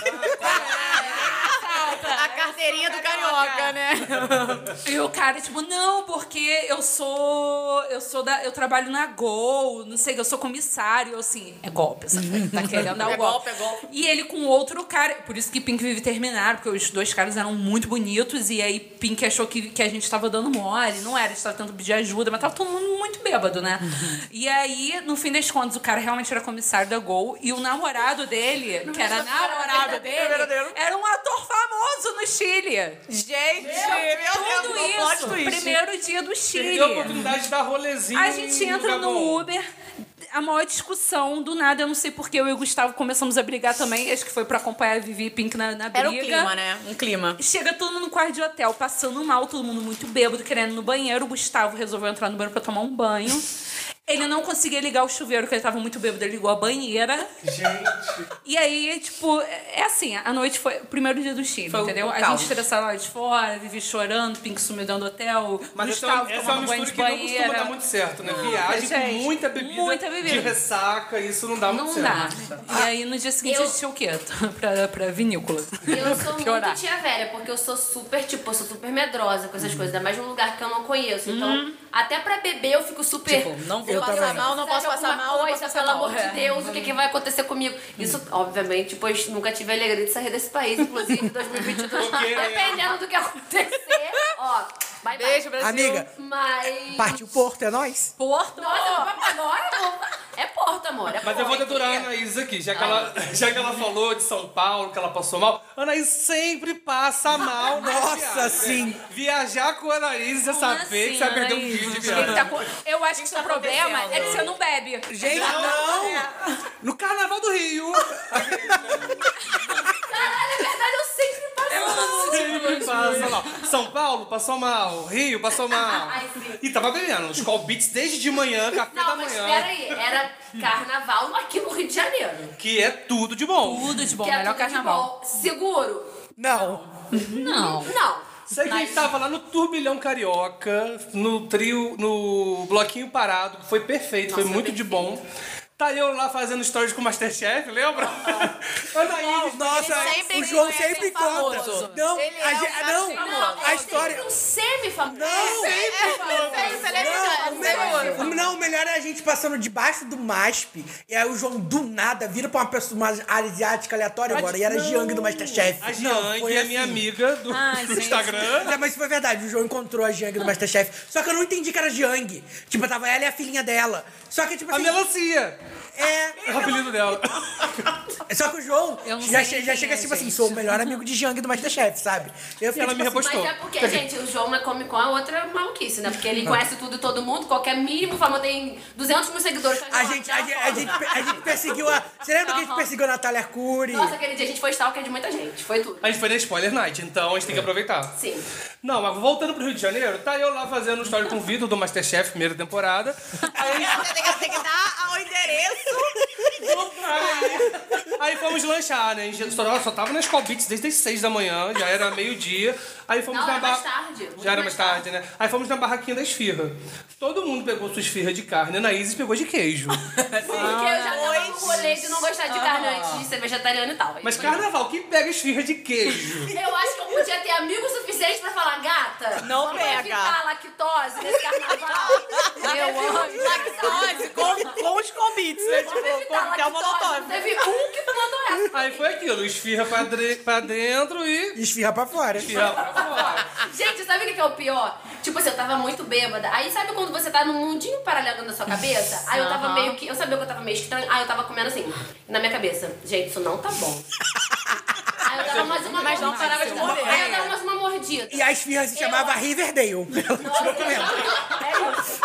A carteirinha do carioca, né? E o cara, tipo, não, porque eu sou. Eu sou da. Eu trabalho na Gol, não sei, eu sou comissário, eu, assim. É golpe, essa coisa. Tá querendo dar o É golpe, é golpe. E ele com outro cara. Por isso que Pink e Vivi terminaram, porque os dois caras eram muito bonitos. E aí Pink achou que, que a gente tava dando mole. Não era, a gente tava tentando pedir ajuda, mas tava todo mundo muito bêbado, né? Uhum. E aí, no fim das contas, o cara realmente era comissário da Gol. E o namorado dele, que era namorado dele, era um ator famoso no Chile. Gente, Tudo isso, primeiro dia do Chile. Perdeu a oportunidade de dar rolezinho. A gente entra no Gabão. Uber, a maior discussão, do nada, eu não sei porque eu e o Gustavo começamos a brigar também, acho que foi pra acompanhar a Vivi e Pink na, na briga. Era o clima, né? Um clima. Chega todo mundo no quarto de hotel, passando mal, todo mundo muito bêbado, querendo ir no banheiro. O Gustavo resolveu entrar no banheiro pra tomar um banho. Ele não conseguia ligar o chuveiro, porque ele tava muito bêbado, ele ligou a banheira. E aí, tipo, é assim, a noite foi o primeiro dia do Chile, Foi o- um entendeu? o A caos. gente estressava lá de fora, Vivi chorando, Pink sumiu dentro do hotel, Mas Gustavo essa, essa é uma tomando banho mistura de que não costuma banheira. dar muito certo, né? Viagem com gente, muita bebida, muita bebida. de ressaca, isso não dá muito Não dá. certo. E aí no dia seguinte Eu- eu tinha o quê? pra, pra vinícola. Eu sou Pra muito tia velha, porque eu sou super, tipo, eu sou super medrosa com essas Uhum. coisas, ainda mais num lugar que eu não conheço. Então, até pra beber eu fico super. Tipo, não vou eu passar também. mal, não posso Sabe, passar alguma mal, não coisa, posso passar pelo mal. amor de Deus, o que, que vai acontecer comigo? Isso, obviamente, pois nunca tive a alegria de sair desse país, inclusive em 2022. Porque- Dependendo do que acontecer, ó, bye bye. Beijo, Brasil. Amiga, Mas. partiu Porto, é nóis? Porto. Nossa, eu vou pra agora? eu vou- É Porto, amor. É Mas eu vou Porto. dedurar a Anaís aqui, já que, ela, já que ela falou de São Paulo, que ela passou mal. A Anaís sempre passa mal. na Nossa, viagem. sim. Viajar com a Anaís é Como saber assim, que você vai perder um Anaís? fio de O que que viagem. tá co- Eu acho que o seu problema é que você não bebe. Gente, não! No Carnaval do Rio, Caralho, é verdade, eu sempre passo mal. sempre passa mal. São Paulo passou mal, Rio passou mal. Ai, sim. E tava bebendo, os call beats desde de manhã, café da Não, mas manhã, peraí, era carnaval aqui no Rio de Janeiro. que é tudo de bom. Tudo de bom, que é melhor tudo de carnaval. bom. Seguro? Não! Não. Não. Sei que a tá- gente tava lá no Turbilhão Carioca, no trio, no Bloquinho Parado, que foi perfeito, foi muito de bom. Tá eu lá fazendo stories com o Masterchef, lembra? Anaís, Nossa, sempre o João é sempre famoso. conta. Não, Ele a, é ge- um cara não, sem Não, a é sempre história. um semi-famoso. É um Não! é um é é Não, o melhor- Não, o- não, o melhor é a gente passando debaixo do MASP. E aí o João do nada vira pra uma pessoa uma asiática aleatória agora. E era a Jiang do Masterchef. a Não, Jean, foi que é assim. minha amiga do, Ai, do gente. Instagram. É, mas isso foi verdade, o João encontrou a Jiang do Masterchef. Só que eu não entendi que era Jiang. Tipo, tava ela e a filhinha dela. Só que, tipo A assim. melancia, é o É. apelido dela. Só que o João Eu não já, sei che- nem já quem chega é, tipo assim, gente. sou o melhor amigo de Jiang do Masterchef, sabe? Eu fiquei, ela me tipo assim, repostou. Mas é porque, gente, o João na Comic Con é outra maluquice, né? Porque ele conhece tudo e todo mundo, qualquer mínimo famoso tem 200 mil seguidores. faz a uma- gente, tira a, uma gente, a, foto. gente, a gente perseguiu a. Você lembra que a gente Aham. perseguiu a Natália Arcuri? Nossa, aquele dia a gente foi stalker de muita gente, foi tudo. A gente foi na Spoiler Night, então a gente tem que aproveitar. Sim. Não, mas voltando pro Rio de Janeiro, tá eu lá fazendo um story com o Vitor do Masterchef, primeira temporada. Você tem que, tem que dar ao endereço. Aí, aí fomos lanchar, né? A gente só, só tava nas Colbits desde as 6 da manhã, já era meio-dia. Aí fomos Não, na era mais barra- tarde, muito Já era mais mais tarde, né? Aí fomos na barraquinha da esfirra. Todo mundo pegou sua esfirra de carne, a Anaíses pegou de queijo. Porque eu já Ah, tava no rolê de não gostar de carne antes de ser vegetariano e tal. Mas Foi- carnaval, quem pega esfirra de queijo? Eu acho que eu podia ter amigos suficientes pra falar, gata, Não você pega. Vai ficar lactose nesse carnaval. um Eu amo Lactose com, com os convites, né? Tipo, com até o molotov. Teve um que mandou essa. Aí foi aquilo, esfirra pra, dre- pra dentro e... Esfirra pra fora. Esfirra pra fora. Gente, sabe o que que é o pior? Tipo assim, eu tava muito bêbada. Aí sabe quando você tá num mundinho paralelo na sua cabeça? Aí eu tava meio que. Eu sabia que eu tava meio estranho. Aí eu tava comendo assim, na minha cabeça. Gente, isso não tá bom. Aí eu dava mais uma Mas não mordida. parava de morder. Aí eu dava mais uma mordida. E a esfirra se Eu- chamava Riverdale. Tipo, É isso.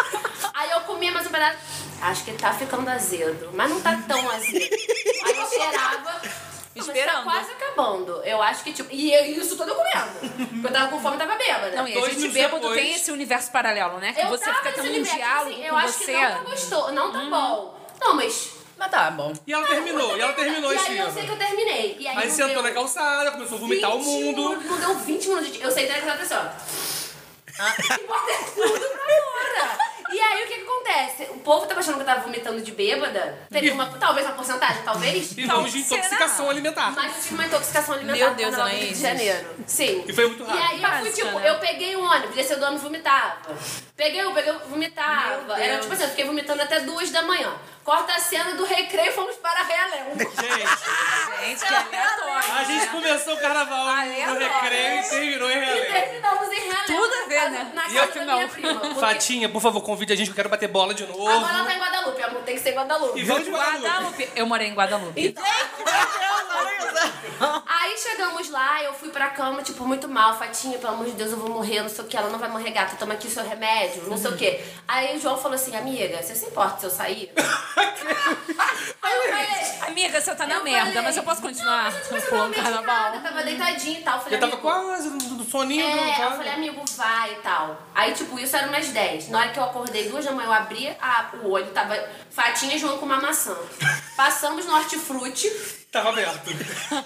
Aí eu comia mais um pedaço. Acho que tá ficando azedo, mas não tá tão azedo. Aí eu cheirava. "Não, mas Esperando. Tá quase acabando. Eu acho que, tipo. E eu- isso tudo eu comendo. Porque eu tava com fome e tava bêbada. Não, e a Dois gente minutos bêbado depois- tem esse universo paralelo, né? Que eu você tava fica nesse tendo um universo, diálogo assim, com Eu acho você. Hum. que não tá gostoso. Não tá bom. Não, mas. Mas tá bom. E ela terminou, e ela terminou a E aí eu sei esfirra. que eu terminei. E aí Aí não sentou deu na calçada, começou a vomitar o 20 mundo. minutos, Não deu 20 minutos. gente. Eu sentei na calçada Ah. assim, ó. E botei tudo pra fora. E aí o que, que acontece? povo tava achando que eu tava vomitando de bêbada, teria uma, talvez uma porcentagem, talvez. E tá vamos de será? intoxicação alimentar. Mas eu tive uma intoxicação alimentar Meu Deus, quando eu tava no Rio de Anaíses. Janeiro. Sim. E foi muito rápido. E aí eu fui, Básica, tipo, né? eu peguei um ônibus, desceu do ônibus vomitava. Peguei um, peguei um, vomitava. Era tipo assim, eu fiquei vomitando até duas da manhã. Corta a cena do recreio e fomos para Realengo. Gente, Gente, que é aleatório. a gente começou o carnaval no Aleatório. recreio e terminou em E relé. terminamos em Realengo. Tudo a na ver, casa- né? Na E casa eu da não. minha prima. porque Fatinha, por favor, convide a gente que eu quero bater bola de novo. Agora ela tá em Guadalupe, amor. Tem que ser em Guadalupe. E vamos de Guadalupe. Guadalupe. Eu morei em Guadalupe. Aí chegamos lá, eu fui pra cama, tipo, muito mal, Fatinha, pelo amor de Deus, eu vou morrer, não sei o que, ela não vai morrer, gata, toma aqui o seu remédio, não sei o que. Aí o João falou assim, amiga, você se importa se eu sair? Aí eu falei, Amiga, você tá na eu merda, falei, mas eu posso continuar Não, mas eu com tava o meio de carnaval? nada, tava deitadinha e tal. Eu falei, Eu tava amigo, quase do soninho. do- É, eu quase. falei, amigo, vai e tal. Aí, tipo, isso era umas 10. Na hora que eu acordei, duas da manhã, eu abri a- o olho, tava Fatinha e João com uma maçã. Passamos no hortifruti, Tava aberto.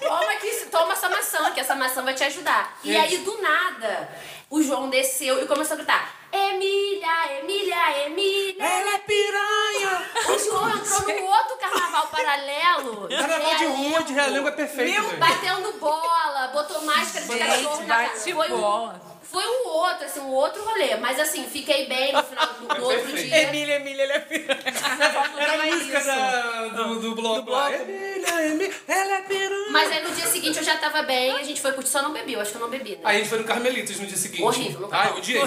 Toma, aqui, toma essa maçã, que essa maçã vai te ajudar. E É. aí, do nada, o João desceu e começou a gritar: Emília, Emília, Emília. Ela é piranha! O João entrou no outro carnaval paralelo. Carnaval de rua de Realengo é perfeito, é Meu, velho. batendo bola, botou máscara de cachorro Gente, na cara. bate um, bola. foi um outro, assim, um outro rolê. Mas assim, fiquei bem no final do, do outro É perfeito. dia. Emília, Emília, ele é piranha. Era a música da- do, do bloco. né? lá. Emília, Emília, ela é piranha. Mas aí no dia seguinte eu já tava bem, a gente foi curtir, só não bebi, eu acho que eu não bebi, né? Aí a gente foi no Carmelitas no dia seguinte. Horrível, não. Ah, eu odiei.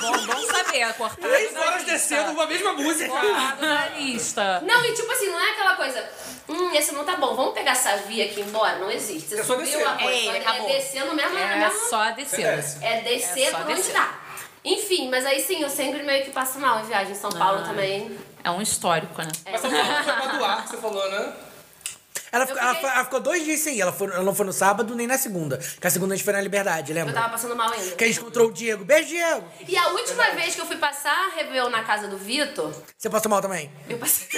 Bom, vamos saber, é cortado Três da horas lista. descendo uma mesma música. Cortado da lista. Não, e tipo assim, não é aquela coisa, hum, esse não tá bom, vamos pegar essa via aqui e ir embora? Não existe. Você É só descer. a coisa, Ei, é acabou. descer no mesmo. no É mesmo- só descer. Desce. é descer é só pra onde descer. dá. Enfim, mas aí sim, eu sempre meio que passo mal em viagem. Em São Paulo também. É um histórico, né? Mas São Paulo foi pra doar, que você falou, né? Ela, ficou- ela fiquei- fa- ela ficou dois dias sem ir. Ela, foi- ela não foi no sábado nem na segunda. Porque a segunda a gente foi na Liberdade, Eu lembra? tava passando mal ainda. Que a gente encontrou o Diego. Beijo, Diego! E a última vez que eu fui passar a Réveillon na casa do Vitor, Você passou mal também? eu passei.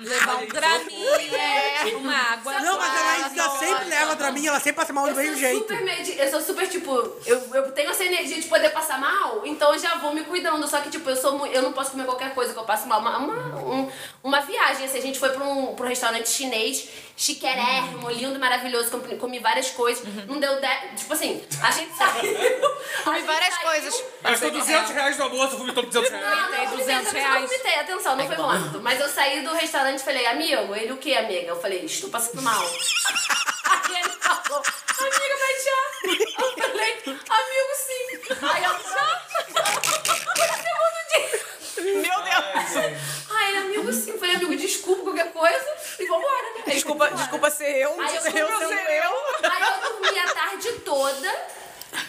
Levar um É, draminha, uma água. Não, mas ela gelada, ainda uma sempre né? leva pra mim, ela sempre passa mal do eu mesmo sou jeito. super medi- Eu sou super, tipo, eu, eu tenho essa energia de poder passar mal, então eu já vou me cuidando. Só que, tipo, eu sou mu- eu não posso comer qualquer coisa que eu passo mal. Uma, uma, um- uma viagem, assim, a gente foi pra um, pra um restaurante chinês, chiquérrimo, lindo, maravilhoso, comi, comi várias coisas. Uhum. Não deu dez. Tipo assim, a gente saiu. Comi várias coisas. Gastou 200 Ah, reais no almoço, vomitou 200 reais. Não, Ah, não, eu vomitei, 200 eu reais. não vomitei, atenção, não foi morto. Mas eu saí do restaurante e falei, amigo, ele o que, amiga? Eu falei, estou passando mal. Aí ele falou, amiga, mas já. Eu falei, amigo, sim. Aí ela, já. Meu Deus. Aí ele, amigo, sim. Eu falei, amigo, desculpa qualquer coisa e vambora, né? Desculpa, desculpa ser eu. Aí eu, ser eu sendo eu. Aí eu dormi a tarde toda.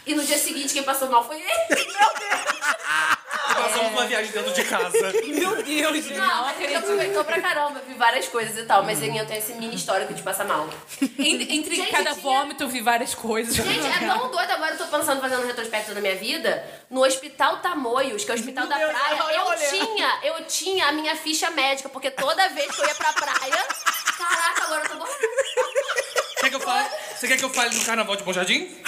E no dia seguinte, quem passou mal foi ele. É. Passamos uma viagem dentro de casa. Meu Deus, gente. Não, Uhum. mas ele aproveitou pra caramba, vi várias coisas e tal. Mas eu tenho esse mini histórico de passar mal. Entre, entre Gente, cada tinha- vômito, vi várias Gente, coisas. é tão doido agora, eu tô pensando, fazendo um retrospecto da minha vida. No Hospital Tamoios, que é o hospital da Meu Deus, praia, olha, eu olha. tinha, eu tinha a minha ficha médica, porque toda vez que eu ia pra praia, caraca, agora eu tô morrendo. Quer que eu fale? Você quer que eu fale do carnaval de Bom Jardim?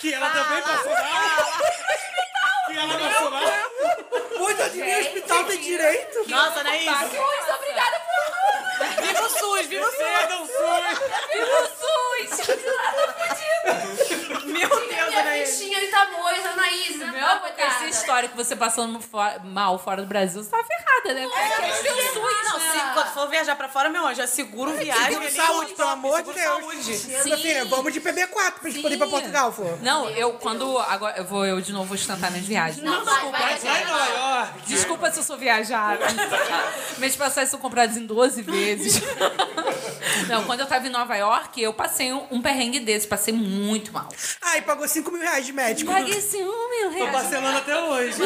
Que ela também passou mal. Que ela passou mal. Muito de mim, o hospital tem direito. Nossa, não é isso. Muito obrigada por Viva o SUS, viva o SUS. Não foi. Meu Deus, minha Anaís. fichinha de Tamoios, Anaís, Meu, meu esse histórico, você passando fo- mal fora do Brasil, você tá ferrada, né? Porque é, é seu SUS, Não, né? se, quando for viajar pra fora, meu anjo, é seguro viagem. Seguro é saúde, lindo, pelo amor de seguro Deus. saúde. Minha filha, vamos de PB4 pra gente poder ir pra Sim. Portugal, flor. Não, eu quando. Agora eu vou eu de novo ostentar minhas viagens. Não, vai, vai, Lá em Nova vai. York. Desculpa se eu sou viajada. Meus passagens são comprados em 12 vezes. Não, quando eu tava em Nova York, eu passei um, um perrengue desse, passei muito mal. Ai, pagou 5 mil reais de médico. Paguei esse um mil Tô reais. parcelando até hoje.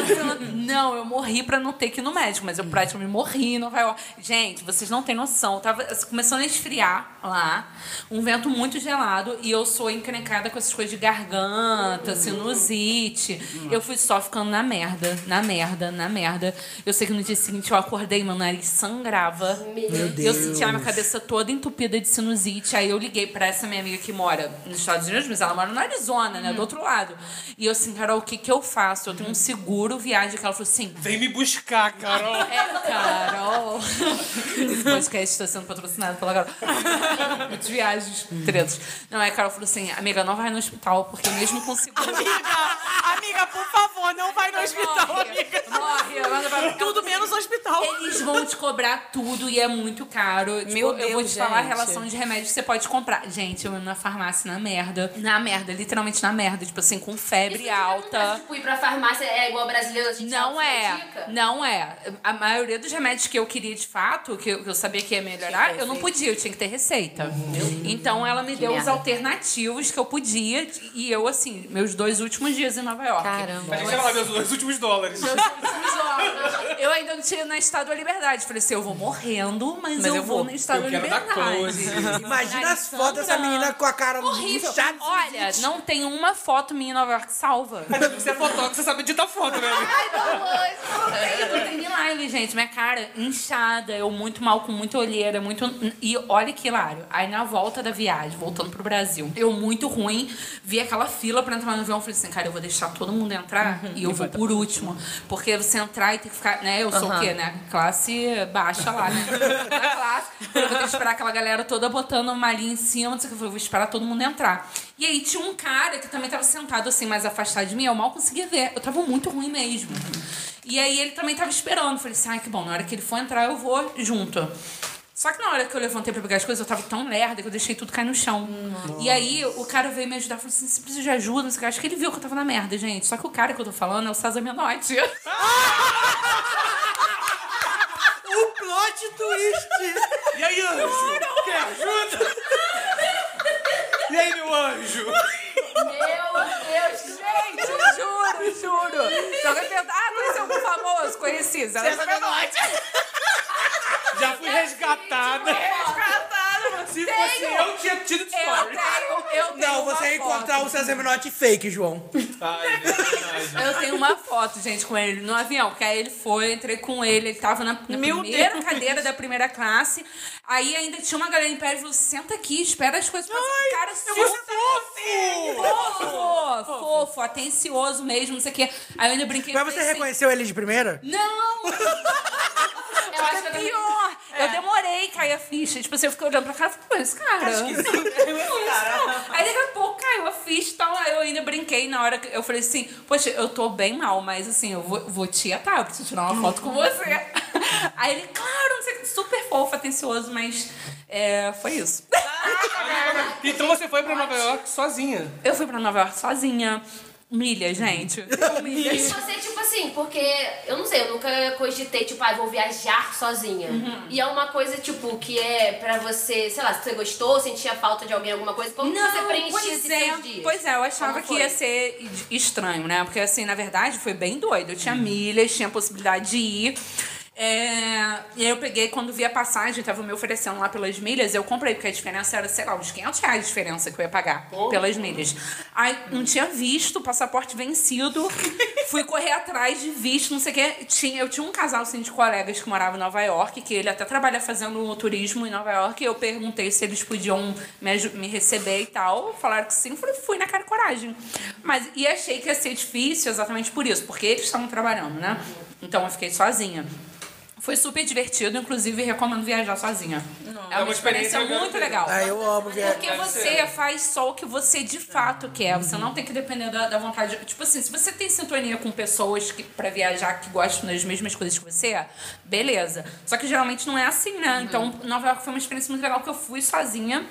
Não, eu morri pra não ter que ir no médico, mas eu praticamente morri em Nova York. Gente, vocês não têm noção. Eu tava assim, começando a esfriar lá, um vento muito gelado, e eu sou encrencada com essas coisas de garganta, sinusite. Eu fui só ficando na merda, na merda, na merda. Eu sei que no dia seguinte eu acordei, meu nariz sangrava. Meu Eu sentia a minha cabeça toda entupida de sinusite. Aí eu liguei pra essa minha amiga que mora nos Estados Unidos, mas ela mora na Arizona, Uhum. né? Do outro lado. E eu assim, Carol, o que que eu faço? Eu tenho um seguro viagem que ela falou assim. Vem me buscar, Carol. É, Carol. Esse podcast está sendo patrocinado pela Carol. Muitas viagens, tretas. Não, é, Carol falou assim, amiga, não vai no hospital, porque mesmo com seguro... Amiga, amiga, por favor, não vai no hospital, morre, amiga. Morre, manda pra Tudo menos hospital. Eles vão te cobrar tudo e é muito caro. Meu eu vou Deus, te falar a gente. relação de remédio que você pode comprar. Gente, eu ando na farmácia na merda. Na merda, literalmente na merda. Tipo assim, com febre alta. Tipo, ir pra farmácia é igual brasileiro, a gente Não sabe é, dica. não é. A maioria dos remédios que eu queria de fato, que eu, que eu sabia que ia melhorar, eu não podia, eu tinha que ter receita. Então ela me deu os merda. alternativos que eu podia e eu, assim, meus dois últimos dias em Nova York. A gente vai lá, meus dois últimos dólares. Eu ainda não tinha na Estátua da Liberdade. Falei assim, eu vou morrendo, mas, eu, eu vou, vou. na Estátua da Eu quero dar Liberdade. close. Imagina as Alessandra. fotos dessa menina com a cara Horrível. inchada. Olha, não tem uma foto minha em Nova York salva. Ainda bem que você é fotógrafo, você sabe editar foto, né? amiga? Ai, não, mãe, não tem. Eu tô em milagre, gente. Minha cara inchada, eu muito mal, com muita olheira, muito. E olha que hilário. Aí na volta da viagem, voltando pro Brasil, eu muito ruim, vi aquela fila pra entrar no avião. Falei assim, cara, eu vou deixar todo mundo entrar e eu vou por último. Porque você entrar e tem que ficar. Né, eu sou o quê, né? Classe baixa lá, né? Na classe. Eu vou ter que esperar aquela galera toda botando uma linha em cima, não sei o que. Eu falei, vou esperar todo mundo entrar. E aí tinha um cara que também tava sentado assim, mais afastado de mim, eu mal conseguia ver. Eu tava muito ruim mesmo. E aí ele também tava esperando. Falei assim, ai que bom, na hora que ele for entrar eu vou junto. Só que na hora que eu levantei pra pegar as coisas, eu tava tão lerda que eu deixei tudo cair no chão. E aí o cara veio me ajudar, falou assim, você precisa de ajuda, não sei o que. Acho que ele viu que eu tava na merda, gente. Só que o cara que eu tô falando é o César Menotti. Um plot twist. E aí, anjo? Quer ajuda? E aí, meu anjo? Meu Deus, gente. juro, juro. Só que eu pensei, ah, conheci algum famoso? Conheci, César Menotti. Já fui resgatada. Se fosse eu, tinha tido Eu story. tenho, eu tenho não, uma você ia foto. é encontrar o César Menotti fake, João. Ai, verdade. Eu tenho uma foto, gente, com ele no avião, que aí ele foi, eu entrei com ele, ele tava na, na primeira cadeira da primeira classe. Aí ainda tinha uma galera em pé e falou: senta aqui, espera as coisas passarem. Cara, super fofo, fofo, atencioso mesmo, não sei o quê. Aí eu ainda brinquei Mas falei você assim, reconheceu ele de primeira? Não! Eu acho que eu também- É. Pior! Eu demorei cair a ficha. Tipo assim, eu fiquei olhando pra cara e falei, pô, esse cara. é Aí daqui a pouco caiu a ficha e tal. Aí eu ainda brinquei na hora que eu falei assim, poxa, eu tô bem mal, mas assim, eu vou, vou te atar, eu preciso tirar uma foto com você. Aí ele, claro, não sei o que, super fofo, atencioso, mas é, foi isso. Então você foi pra Nova York sozinha. É Eu fui pra Nova York sozinha. Milha, gente. E você, tipo assim, porque eu não sei, eu nunca cogitei, tipo, ah, vou viajar sozinha. Uhum. E é uma coisa, tipo, que é pra você, sei lá, se você gostou, sentia falta de alguém, alguma coisa, como que você preenchia esses pois é, seus dias? Pois é, eu achava Como que foi? ia ser i- estranho, né? Porque assim, na verdade, foi bem doido. Eu tinha Uhum. milhas, tinha possibilidade de ir. É, e aí eu peguei, quando vi a passagem, tava me oferecendo lá pelas milhas, eu comprei, porque a diferença era, sei lá, uns 500 reais a diferença que eu ia pagar pelas milhas. Aí não tinha visto, passaporte vencido, fui correr atrás de visto, não sei o que. Tinha, eu tinha um casal assim, de colegas que morava em Nova York, que ele até trabalha fazendo turismo em Nova York, e eu perguntei se eles podiam me, aju- me receber e tal. Falaram que sim, fui, fui na cara e coragem. Mas, e achei que ia ser difícil exatamente por isso, porque eles estavam trabalhando, né? Então eu fiquei sozinha. Foi super divertido, inclusive recomendo viajar sozinha. É uma, uma experiência experiência muito grande. legal. Ah, eu amo ver. Porque você faz só o que você de fato quer. Você não tem que depender da, da vontade. Tipo assim, se você tem sintonia com pessoas que, pra viajar que gostam das mesmas coisas que você, beleza. Só que geralmente não é assim, né? Então, Nova York foi uma experiência muito legal que eu fui sozinha.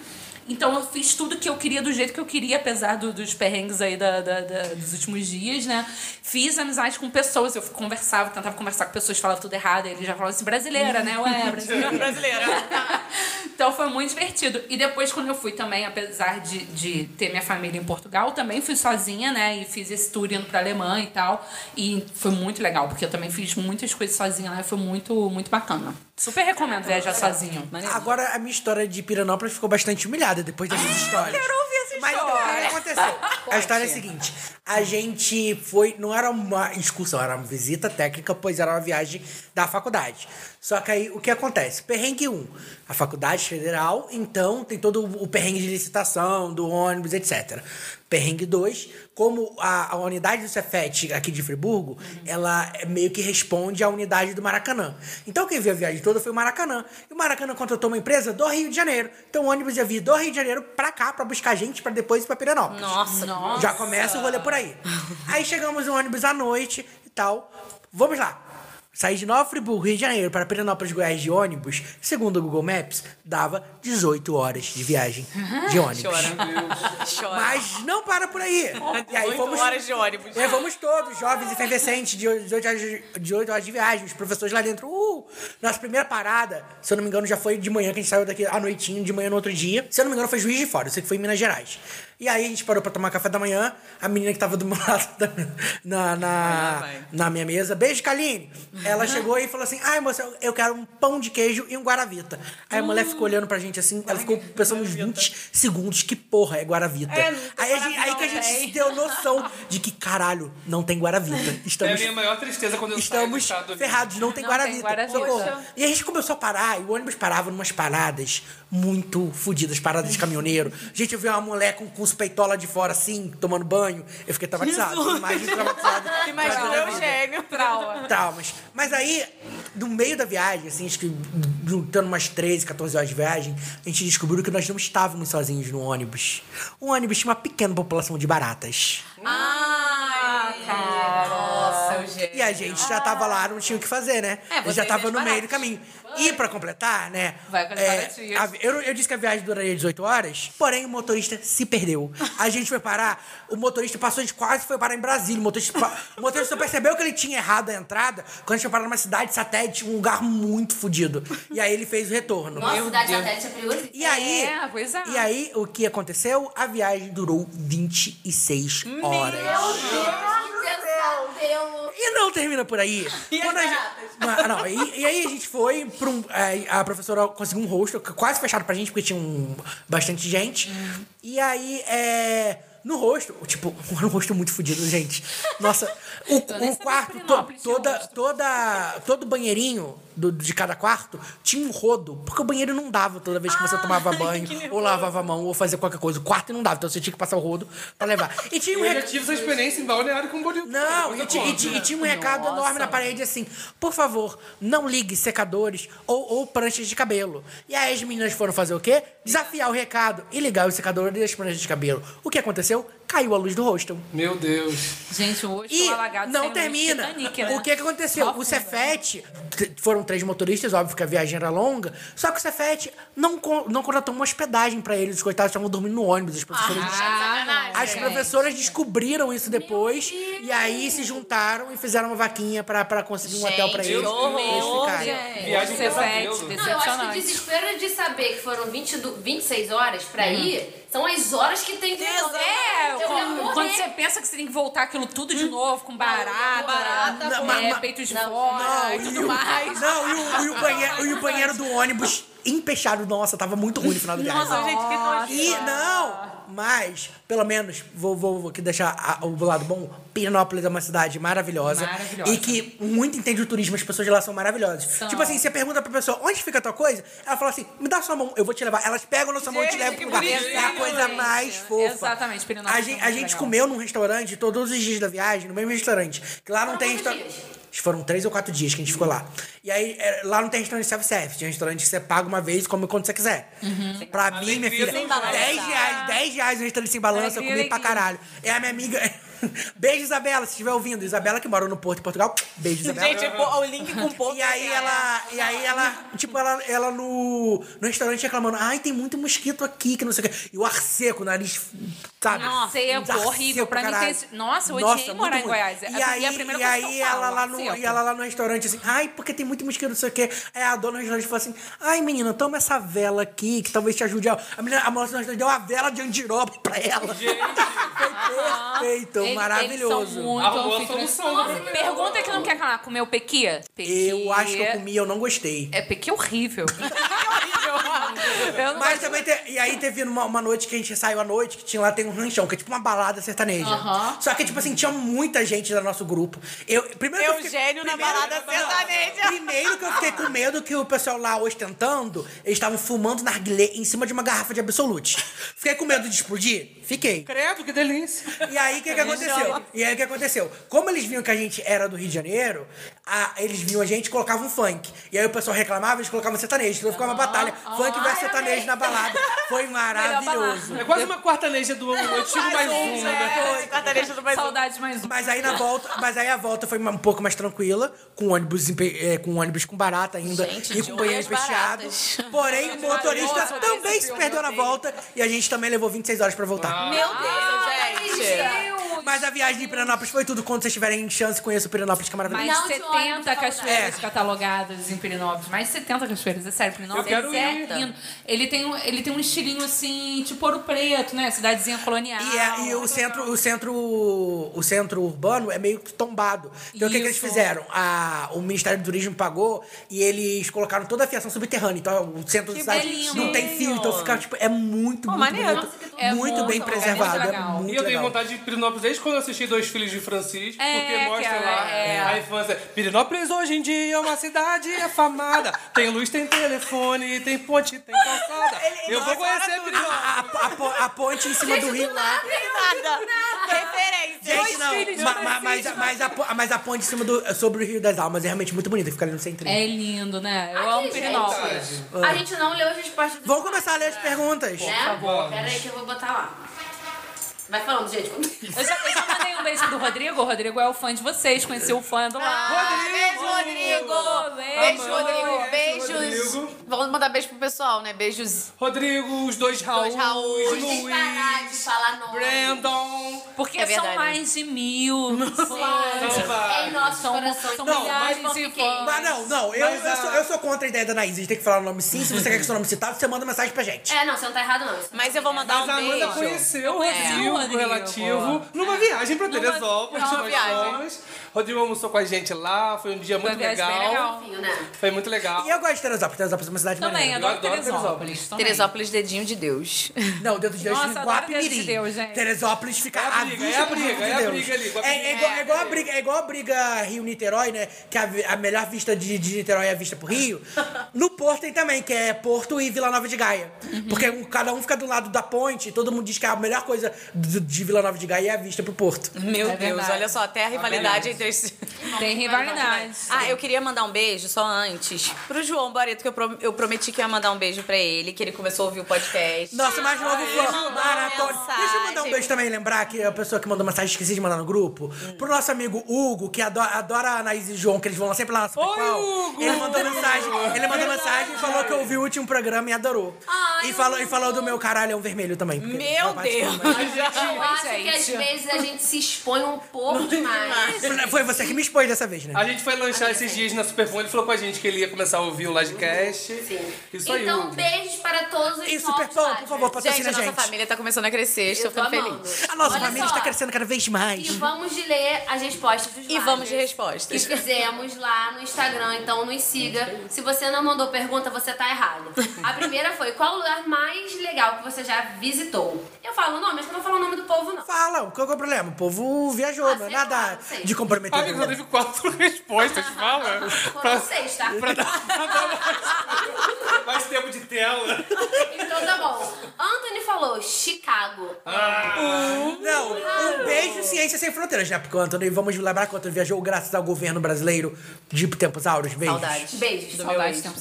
Então eu fiz tudo que eu queria do jeito que eu queria, apesar do- dos perrengues aí da- da- da- dos últimos dias, né? Fiz amizade com pessoas, eu conversava, tentava conversar com pessoas, falava tudo errado, aí eles já falavam assim, brasileira, né? Ué, brasileira. brasileira. então foi muito divertido. E depois, quando eu fui também, apesar de, de ter minha família em Portugal, também fui sozinha, né? E fiz esse tour indo pra Alemanha e tal. E foi muito legal, porque eu também fiz muitas coisas sozinha lá e foi muito, muito bacana. É. Super recomendo viajar sozinho. Agora, a minha história de Piranópolis ficou bastante humilhada depois Ah, dessas histórias. quero ouvir essa Mas então, o que história. aconteceu? a história é a seguinte. A gente foi... Não era uma excursão, era uma visita técnica, pois era uma viagem da faculdade. Só que aí, o que acontece? Perrengue 1. A faculdade federal, então, tem todo o perrengue de licitação, do ônibus, etc. Perrengue 2, como a, a unidade do Cefet aqui de Friburgo, ela é meio que responde à unidade do Maracanã. Então quem viu a viagem toda foi o Maracanã. E o Maracanã contratou uma empresa do Rio de Janeiro. Então o ônibus ia vir do Rio de Janeiro pra cá, pra buscar gente, pra depois ir pra Piranópolis. Nossa, Nossa. Já começa o rolê por aí. aí chegamos no ônibus à noite e tal. Vamos lá. Sair de Nova Friburgo, Rio de Janeiro, para Piranópolis, Goiás de ônibus, segundo o Google Maps, dava 18 horas de viagem de ônibus. chora. Mas não para por aí. E aí Oito fomos, horas de ônibus. e aí fomos É, todos, jovens, efervescentes, de 18 horas de, 18 horas de viagem, os professores lá dentro. Uh! Nossa primeira parada, se eu não me engano, já foi de manhã, que a gente saiu daqui à noitinha, de manhã no outro dia. Se eu não me engano, foi Juiz de Fora, eu sei que foi em Minas Gerais. E aí a gente parou pra tomar café da manhã, a menina que tava do meu lado da- na, na, vai. na minha mesa, beijo, Kaline! Ela chegou e falou assim, ai, moça, eu- eu quero um pão de queijo e um guaravita. Aí a mulher Hum. ficou olhando pra gente assim, ela ficou pensando uns 20 segundos, que porra é guaravita? É, aí, a gente- aí que a gente É. se deu noção de que, caralho, não tem Guaravita. É a Estamos, minha maior tristeza quando eu saio do estamos estado do Rio. ferrados, não tem Não tem Guaravita. Guaravita. Socorro. E a gente começou a parar, e o ônibus parava numas paradas muito fodidas, paradas de caminhoneiro. Gente, eu vi uma mulher com, com os peitola de fora assim, tomando banho. Eu fiquei traumatizado. Imagem traumatizada. Imagina é eu gêmeo. Trauma. Traumas. Mas aí, no meio da viagem, assim, acho que juntando umas 13, 14 horas de viagem, a gente descobriu que nós não estávamos sozinhos no ônibus. O ônibus tinha uma pequena população de baratas. Ah, é Nossa, o E a gente já tava lá, não tinha o que fazer, né? É, A gente vocês já tava eram no meio do baratos. caminho. E pra completar, né? Vai com as baratinhas. a- eu, eu disse que a viagem duraria 18 horas, porém o motorista se perdeu. A gente foi parar, o motorista passou de quase foi parar em Brasília. O motorista, pa- o motorista só percebeu que ele tinha errado a entrada quando a gente foi parar numa cidade satélite, um lugar muito fodido. E aí ele fez o retorno. Nossa, cidade satélite é perigoso. E aí, É, pois é. e aí, o que aconteceu? A viagem durou 26 horas. Deus. E não termina por aí. Quando a gente- Ah, não, e, e aí a gente foi pra um. é, A professora conseguiu um rosto quase fechado pra gente, porque tinha um, bastante gente. E aí, é. No rosto, tipo, era um rosto muito fodido, gente. Nossa, o, o quarto, to- Pirinópolis tinha é um toda, toda, todo banheirinho do- de cada quarto tinha um rodo, porque o banheiro não dava toda vez que Ah, você tomava banho, ou lavava a mão, ou fazia qualquer coisa. O quarto não dava, então você tinha que passar o rodo pra levar. E tinha um Eu já rec- tive essa experiência em Balneário com bodybuilder. não, Coisa e, ti- e boa. ti- e né? tinha um recado enorme na parede assim: por favor, não ligue secadores ou, ou pranchas de cabelo. E aí as meninas foram fazer o quê? Desafiar o recado e ligar os secadores e as pranchas de cabelo. O que aconteceu? Caiu a luz do hostel. Meu Deus. Gente, hoje E estou alagado não sem termina. Luz, Titanic, né? O que, que aconteceu? O Cefete, t- foram três motoristas, óbvio que a viagem era longa, só que o Cefete não, con- não contratou uma hospedagem pra eles, os coitados estavam dormindo no ônibus, as professoras Ah, as professoras descobriram isso depois e aí se juntaram e fizeram uma vaquinha pra, pra conseguir um hotel pra eles. pra eles ficarem. Viagem É, Você fede, Não, eu pesadelo. acho que o decepcionante. desespero de saber que foram 20 do- 26 horas pra Uhum. ir, são as horas que tem que É, eu ia quando, quando você morrer. é pensa que você tem que voltar aquilo tudo Hum. de novo, com barata, barata, é, ma- ma- peitos de Não, fora e e o- tudo mais. Não, e o, e o banheiro, e o banheiro do ônibus empechado, nossa, tava muito ruim no final do viagem. Nossa, gente, que nojento. E não, mas, pelo menos, vou, vou, vou aqui deixar a- o lado bom. Pirinópolis é uma cidade maravilhosa. Maravilhosa. E que muito entende o turismo, as pessoas de lá são maravilhosas. Tipo assim, você pergunta pra pessoa onde fica a tua coisa, ela fala assim: me dá sua mão, eu vou te levar. Elas pegam na sua mão e te Gente, levam que pro lugar. bonitinho, É a coisa gente. mais fofa. Exatamente, Pirinópolis A é gente, a muito gente legal. comeu num restaurante todos os dias da viagem, no mesmo restaurante. Que lá não tem quantos restaurante. dias? Foram três ou quatro dias que a gente ficou lá. E aí, é, lá não tem restaurante self-service. Tem restaurante que você paga uma vez e come quando você quiser. Uhum. Pra mim, minha filha, 10 reais, 10 reais no restaurante sem balança, eu comi Alegria, pra alegria. caralho. É a minha amiga... Beijo, Isabela, se estiver ouvindo. Isabela que mora no Porto, em Portugal. Beijo, Isabela. Gente, pô, o link com o povo. E aí ela, e aí ela, tipo, ela, ela no, no restaurante reclamando, ai, tem muito mosquito aqui, que não sei o que. E o ar seco, o nariz, sabe? Um Nossa, é Ar horrível. seco, Pra mim tem caralho. esse- Nossa, eu odiei Nossa, muito morar em ruim. Goiás. É a- E é a aí, primeira e coisa que eu aí falo, ela lá ar no, seco. e ela lá no restaurante assim, ai, porque tem muito mosquito, não sei o que. Aí a dona do restaurante falou assim, ai, menina, toma essa vela aqui, que talvez te ajude. A, a menina, a moça do restaurante deu uma vela de andiroba pra ela. Foi perfeito, Eles- Eles maravilhoso. são muito Arrumou a anfitriões. solução né? do problema. Pergunta que não quer calar. Comeu pequi? Pequi. eu acho que eu comi, eu não gostei. É pequi horrível. eu não Mas também te- e aí teve uma, uma noite que a gente saiu à noite, que tinha lá tem um ranchão, que é tipo uma balada sertaneja. Só que, tipo assim, tinha muita gente do nosso grupo. Eu, primeiro que eu fiquei- Eugênio na primeiro- balada sertaneja. Primeiro que eu fiquei com medo que o pessoal lá ostentando, eles estavam fumando narguilé em cima de uma garrafa de Absolute. Fiquei com medo de explodir? Fiquei. Credo, que delícia. E aí, o que, que aconteceu? E aí, o que aconteceu? Como eles viam que a gente era do Rio de Janeiro, a- eles viam a gente e colocavam funk. E aí o pessoal reclamava, eles colocavam sertanejo. Então ficou Ah, uma batalha. funk versus sertanejo na balada. Foi maravilhoso. É quase uma quartaneja do ano, eu tiro mais uma. né? Sertaneja do Brasil. Saudade mais um. Mas aí na volta, mas aí a volta foi um pouco mais tranquila, com ônibus em pe- eh, com ônibus com barata ainda e com banheiro fechado. Porém, o motorista Nossa, também esse se filme é perdeu eu na odeio. volta e a gente também levou 26 horas pra voltar. Meu Deus, gente. Mas a viagem de Piranópolis foi tudo. Quando vocês tiverem chance, conheçam Piranópolis, que é maravilhoso. Mais Não, de de ônibus, 70 cachoeiras É. catalogadas em Pirinópolis. Mais de 70 cachoeiras, é sério. Pirinópolis Eu quero é ir. lindo. Ele tem, um, ele tem um estilinho assim, tipo ouro preto, né? Cidadezinha colonial. E, é- e o centro, o centro, o centro urbano é meio que tombado. Então o que, que eles Isso. fizeram? A- o Ministério do Turismo pagou e eles colocaram toda a fiação subterrânea. Então o centro da cidade bonitinho. não tem fio, então fica tipo é muito, muito maneiro. bonito, Nossa, que É muito bom, bem é preservado, muito é legal. muito E eu tenho legal. vontade de Pirinópolis desde quando eu assisti Dois Filhos de Francisco, É, porque mostra cara, lá é. a infância. Pirinópolis hoje em dia é uma cidade afamada. Tem luz, tem telefone, tem ponte, tem calçada. eu vou conhecer Pirinópolis. A, a po- a ponte em cima do rio lá. Nada. Referência. Gente, não, ma- ma- mas, a- mas, a, po- mas a ponte em cima do, sobre o Rio das Almas é realmente muito bonita, fica ali no centrinho. É lindo, né? Eu Aqui, amo gente. Pirinópolis. A gente não leu as partes do. Vamos começar a ler as perguntas. Né? Pera aí que eu vou botar lá. Vai falando, gente. Eu já, eu já mandei um beijo pro Rodrigo. O Rodrigo é o fã de vocês, conheci o fã do Ah, lá. Beijo, Rodrigo. Beijo, Rodrigo. Beijos. Vamos mandar beijo pro pessoal, né? Beijos. Rodrigo, os dois Raul, Dois Raul. Tem que parar de Luiz, falar nome. Brandon. Porque É são verdade, mais de mil. fãs. Em nossos corações. são Não, milhares mas de fanfiqueiros. fãs. Mas não, não, eu, Mas eu a- sou, eu sou contra a ideia da Anaís. A gente tem que falar o nome sim. Se você quer que seu nome citado, você manda mensagem pra gente. É, não, você não tá errado, não. Isso Mas eu vou mandar Mas a um Amanda beijo. conheceu o conheci Rodrigo, o Rodrigo. relativo, numa viagem pra Teresópolis. numa nós viagem. fomos. Rodrigo almoçou com a gente lá, foi um dia Foi muito uma viagem bem é Então, legal. fofinho, né? Foi muito legal. E eu gosto de Teresópolis. Teresópolis é uma cidade Também, maneira. adoro, adoro Teresópolis. também. Teresópolis, dedinho de Deus. Não, dentro de Deus, Nossa, adoro Guapimirim. Dedo de Deus, gente. Teresópolis fica É a à briga, vista é a do briga, Dedo de é a Deus. briga ali, É, Guapimirim. é igual, é igual a briga, é igual a briga Rio-Niterói, né? Que a, vi- a melhor vista de, de Niterói é a vista pro Rio. No Porto tem também, que é Porto e Vila Nova de Gaia. Uhum. Porque um- cada um fica do lado da ponte e todo mundo diz que é a melhor coisa do- de Vila Nova de Gaia é a vista pro Porto. Meu Deus, verdade. olha só, até a rivalidade entre esses. Tem rivalidade. Ah, eu queria mandar um beijo só antes pro João Barreto, que eu, pro- eu prometi que ia mandar um beijo pra ele, que ele começou a ouvir o podcast. Nossa, mais novo fã. mandou Maratona. mensagem. Deixa eu mandar um beijo também, lembrar que a pessoa que mandou mensagem, esqueci de mandar no grupo. Pro nosso amigo Hugo, que adora, adora a Anaís e João, que eles vão lá sempre lá na Super Oi, Qual. Hugo! Ele mandou mensagem. Ele mandou Verdade. mensagem e falou que ouviu o último programa e adorou. e, falou, e falou do meu caralhão vermelho também. porque ele Meu vai participar. Deus! Eu acho que às vezes a gente se expõe um pouco demais. Foi você que me expôs dessa vez, né? A gente foi lanchar esses dias na Superfone, ele falou com a gente que ele ia começar a ouvir o Livecast. Sim. Isso aí, Então, Hugo. beijos para todos os E novos Superpão, por Lajes. favor, Gente, patrocina a a nossa gente. família tá começando a crescer, estou Eu tô ficando amando. feliz. A nossa Olha família só, está crescendo cada vez mais. E vamos de ler as respostas dos E vamos de Lajes. que respostas. fizemos lá no Instagram, então nos siga. Se você não mandou pergunta, você tá errado. A primeira foi: qual o lugar mais legal que você já visitou? Eu falo o nome, mas eu não falo o nome do povo, não. Fala, qual que é o problema? O povo viajou, Ah, não é sei lá, nada não sei. de comprometer. Amigo, só teve quatro respostas, fala. Foram seis, tá? Mais tempo de tela. Então tá bom. Anthony falou Chicago. Não, um beijo Ciência Sem Fronteiras, né? Porque o Antônio, vamos lembrar que o Antônio viajou graças ao governo brasileiro de tempos áureos. Beijos. Saudades. Beijos. Do meu ex.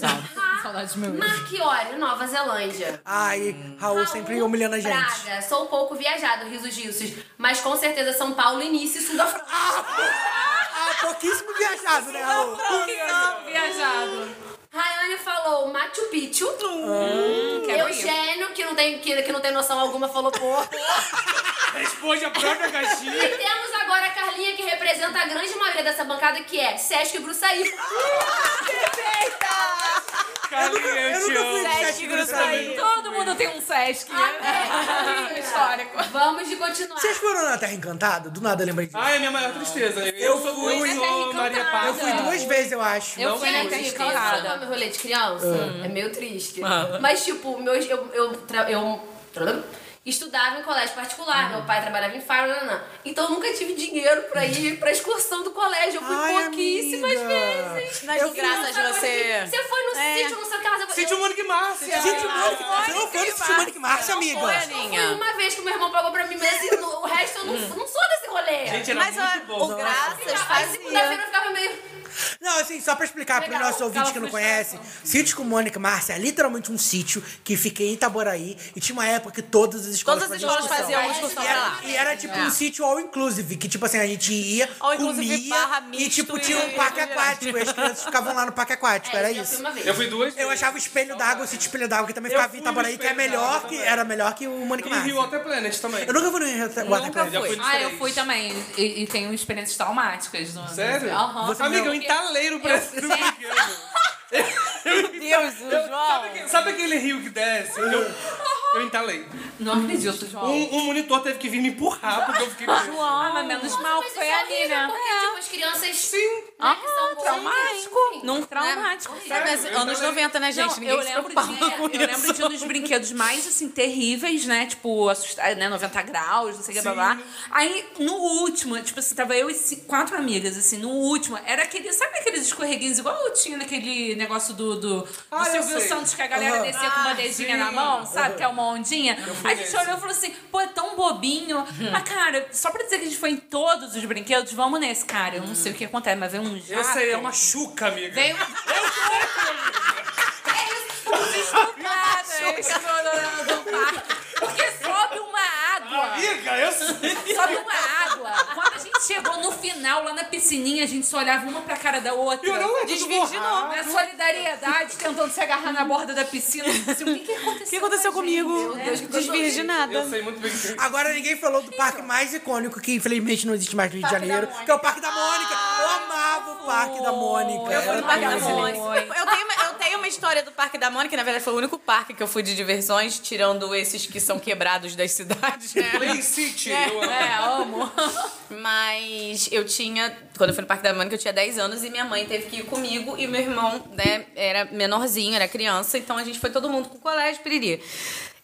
Saudades do meu ex. Marchiori, Nova Zelândia. Ai, Raul sempre humilhando a gente. Braga, sou um pouco viajado, risos disso. Mas com certeza São Paulo, início e sul da França. Ah, pouquíssimo viajado, né, Raul? Viajado. Rayane falou Machu Picchu. Hum, Eugênio, que não, tem, que, que não tem noção alguma, falou Porto. Responde a própria caixinha. e temos agora a Carlinha, que representa a grande maioria dessa bancada, que é Sesc Bruçaí. Carlinha, eu, Eu te nunca fui amo. de sete grupos aí. Todo mundo tem um Sesc. Amém. Histórico. É, Vamos de continuar. Vocês foram na Terra Encantada? Do nada eu lembrei disso. Ai, é minha maior tristeza. Eu, sou fui, eu mas é sou Maria encantada. Paz. Eu fui duas vezes, eu acho. Eu Não fui na Gente, Terra qual é o Encantada. meu rolê de criança? É meio triste. Mas, tipo, meus, eu, eu, tra- eu tra- estudava em colégio particular, meu pai trabalhava em farm, nananã. então eu nunca tive dinheiro pra ir pra excursão do colégio. Eu fui Ai, pouquíssimas amiga. vezes. Mas Eu graças fui- a você. Você foi no sítio, não sei o que lá. você- Sítio eu- Mônica e Márcia. Gente, mano, você não foi nesse Titanic Marcha, amiga? Foi, Foi Aninha. uma vez que meu irmão pagou pra mim, mas assim, no- o resto eu não, não sou desse rolê. Gente, era Mas muito a, bom. o Graças Aí fazia. segunda-feira eu ficava meio. Não, assim, só pra explicar pro Legal. nosso ouvinte que não conhece, Sítio com Mônica e Márcia é literalmente um sítio que fica em Itaboraí e tinha uma época que todas as escolas Todas as escolas faziam uma excursão excursão E pra era, lá. e era tipo um sítio all inclusive, que tipo assim, a gente ia, All inclusive barra comia e misto tipo tinha e- um parque aquático, e as crianças ficavam lá no parque aquático, era É, eu já fui isso. uma vez. Eu fui duas Eu vezes. achava o espelho d'água, o sítio espelho d'água, que também Eu ficava em fui no Itaboraí, que é Espelho melhor, d'Água que também. era melhor que o Mônica e E Rio Márcia. Water Planet também. Eu nunca fui no Rio Waterplay. Já fui nos Ah, três. eu fui também. E, e tenho experiências traumáticas. No... Sério? Aham. Você Amiga, não- eu entalei no Brasil. Eu- Meu Deus, o Sabe, João. aquele- sabe aquele rio que desce? Eu, eu entalei. Não acredito, João. Um, um monitor teve que vir me empurrar porque eu fiquei preso. Ah, mas menos mal Mas que isso foi é ali, horrível, né? Porque, tipo, as crianças. Sim. Ah, né, que são boas, enfim. Não traumático. Sério, Anos eu entalei. 90, né, gente? Não, Ninguém eu se lembro preocupava de, com eu lembro de um dos brinquedos mais, assim, terríveis, né? Tipo, assustar, né? 90 graus, não sei o que, blá, blá. Aí, no último, tipo assim, tava eu e ci- quatro amigas, assim, no último, era aquele, sabe aqueles escorreguinhos igual eu tinha naquele negócio do, do, do Ah, eu Silvio sei. Ah, Santos, que a galera Aham. descia com uma bandejinha na mão, sabe? Que é uma ondinha. A gente olhou e falou assim, pô, é tão bobinho. Hum. Mas, cara, só pra dizer que a gente foi em todos os brinquedos, vamos nesse, cara. Eu não sei o que acontece, mas vem um jato. Hum. Eu sei, é uma chuca, amiga. Vem um... um Estucadas do, do parque. Porque sobe uma água. Amiga, eu sei. Sobe uma água. Quando a gente chegou no final, lá na piscininha, a gente só olhava uma pra cara da outra. Eu não é tudo borrado. Na solidariedade, tentando se agarrar na borda da piscina. Assim, o que, que aconteceu? O que aconteceu comigo? É, Desvirginada. Eu sei é muito bem o que tem. Agora ninguém falou do parque mais icônico que infelizmente não existe mais no Rio de Janeiro, que é o Parque da Mônica. Eu amava o Parque da Mônica. Eu fui Era no Parque da tudo. Mônica. Eu tenho, uma, eu tenho uma história do Parque da Mônica, que na verdade foi o único parque que eu fui de diversões, tirando esses que são quebrados das cidades, né? Play City. eu amo. É, amo. Mas eu tinha, quando eu fui no Parque da Mônica, eu tinha 10 anos e minha mãe teve que ir comigo e meu irmão, né, era menorzinho, era criança, então a gente foi todo mundo pro colégio, piriri.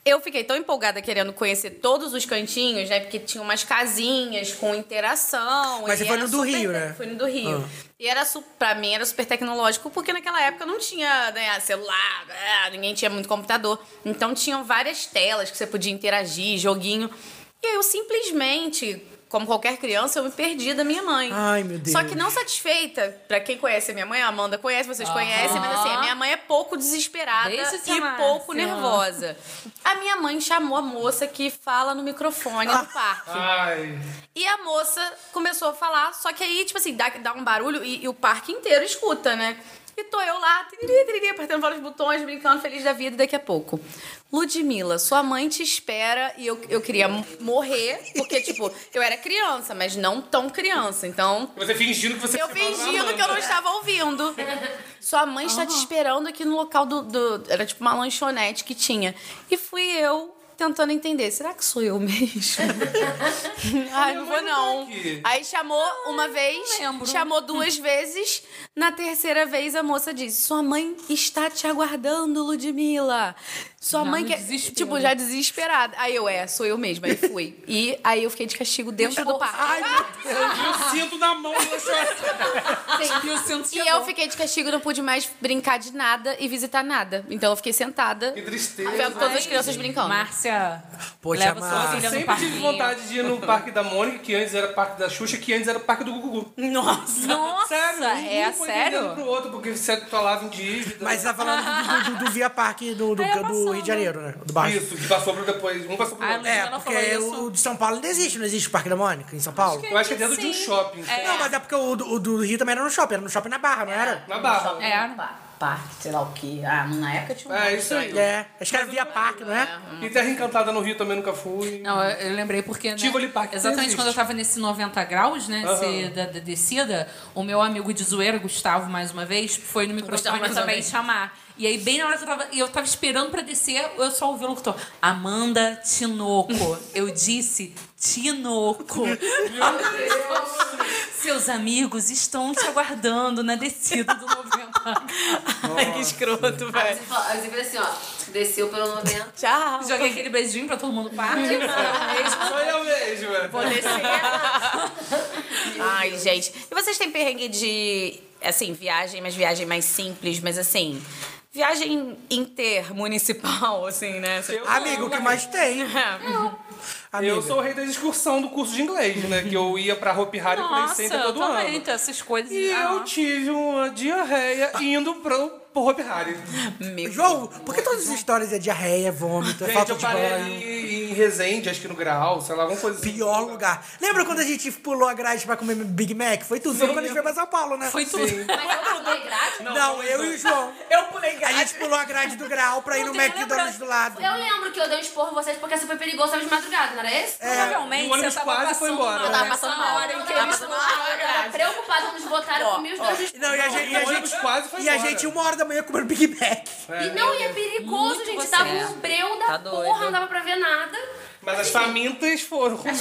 Eu fiquei tão empolgada querendo conhecer todos os cantinhos, né? Porque tinha umas casinhas com interação. Mas e você foi era no do super Rio, te- né? Fui no do Rio. E era, su- pra mim, era super tecnológico, porque naquela época não tinha né, celular, ah, ninguém tinha muito computador. Então tinham várias telas que você podia interagir, joguinho. E aí eu simplesmente, como qualquer criança, eu me perdi da minha mãe. Ai, meu Deus. Só que não satisfeita, pra quem conhece a minha mãe, a Amanda conhece, vocês conhecem, mas assim, a minha mãe é pouco desesperada Deixa eu te e amar, pouco senhora. nervosa. A minha mãe chamou a moça que fala no microfone do parque. Ai. E a moça começou a falar, só que aí, tipo assim, dá, dá um barulho e, e o parque inteiro escuta, né? E tô eu lá, tiriri, tiriri, apertando vários botões, brincando, feliz da vida, daqui a pouco. Ludmilla, sua mãe te espera e eu, eu queria morrer, porque, tipo, eu era criança, mas não tão criança, então Você fingindo que você tá eu se amava, fingindo amando. que eu não estava ouvindo. Sua mãe está te esperando aqui no local do, do- Era tipo uma lanchonete que tinha. E fui eu tentando entender. Será que sou eu mesmo? Ai, não vou não. aqui. Aí chamou uma vez, não lembro. chamou duas vezes. Na terceira vez a moça disse: Sua mãe está te aguardando, Ludmilla. Sua Não, mãe no quer. desespero. Tipo, já desesperada. Aí eu, é, sou eu mesma. Aí fui. E aí eu fiquei de castigo dentro do parque. Ai, meu Deus, eu sinto na mão, eu choro. E o cinto E chegou. eu fiquei de castigo, não pude mais brincar de nada e visitar nada. Então eu fiquei sentada, Que tristeza. vendo todas as crianças brincando. Márcia, Poxa, leva sua Márcia. filha Eu no sempre parquinho. tive vontade de ir no parque da Mônica, que antes era parque da Xuxa, que antes era parque do Gugugu. Nossa. Nossa, Sério, um é foi vendendo sério? pro outro, porque você atolava tá em dívida. Mas tá falando do, do, do Via Parque do, do, Aí eu do Rio passando. de Janeiro, né? Do bairro. Isso, que passou pro depois. Um passou pro Ah, outro. Luciana É, porque falou isso. o de São Paulo não existe, não existe o Parque da Mônica em São Paulo? Eu acho que é dentro de um shopping. Não, mas é porque o do, o do Rio também era no shopping, era no shopping na Barra, não era? Na barra. É. Parque, sei lá o quê. Ah, na época tinha um É, isso aí. É, acho que era Via Parque, não é? E Terra Encantada no Rio também nunca fui. Não, eu, eu lembrei porque. Né, Tivoli Park não Exatamente existe. quando eu tava nesse 90 graus, né? esse da, da descida, o meu amigo de zoeira, Gustavo, mais uma vez, foi no Gustavo, microfone mais uma também vez. chamar. E aí, bem na hora que eu tava. e Eu tava esperando pra descer, eu só ouvi o locutor. Amanda Tinoco. Eu disse Tinoco. Seus amigos estão te aguardando na descida do 90. Ai, que escroto, Aí velho. você fala- aí você fez assim, ó. Desceu pelo 90. Tchau. Joguei aquele beijinho pra todo mundo no parque. Só eu mesmo, é. Ai, gente. E vocês têm perrengue de, assim, viagem, mas viagem mais simples, mas assim, viagem intermunicipal, assim, né? Eu Amigo, o que mais tem? Amiga. é. Eu sou o rei da excursão do curso de inglês, né? Que eu ia pra Hopi Hari Play Nossa, Center eu todo também, ano. então, essas coisas. E Ah, eu tive uma diarreia indo pro, pro Hopi Hari. É João, por que todas as histórias é diarreia, vômito, é Gente, falta eu de parei banho? ali em Resende, acho que no Grau, sei lá, alguma coisa assim. Pior lugar. Lembra quando a gente pulou a grade pra comer Big Mac? Foi tudo. Foi quando a gente foi pra São Paulo, né? assim, Foi tudo. Mas eu pulei grátis. Não, eu e o João. Eu pulei A gente pulou a grade do grau pra ir no Não tem McDonald's do lado. Eu lembro que eu dei um esporro em vocês porque é super perigoso, tava de madrugada, não era esse? É. Provavelmente é, o ônibus você tava quase passando foi embora. mal, Eu tava né? passando Essa mal. hora em que Eu tava eles- passando mal, eu tava preocupada quando eles botaram comigo os dois de- Não, e a gente, e a O ônibus gente, quase foi e a embora. gente uma hora da manhã comendo Big Mac. E não, e é perigoso, Muito gente. você. Tava um breu da Tá porra, doido. não dava pra ver nada. Mas as famintas foram comer.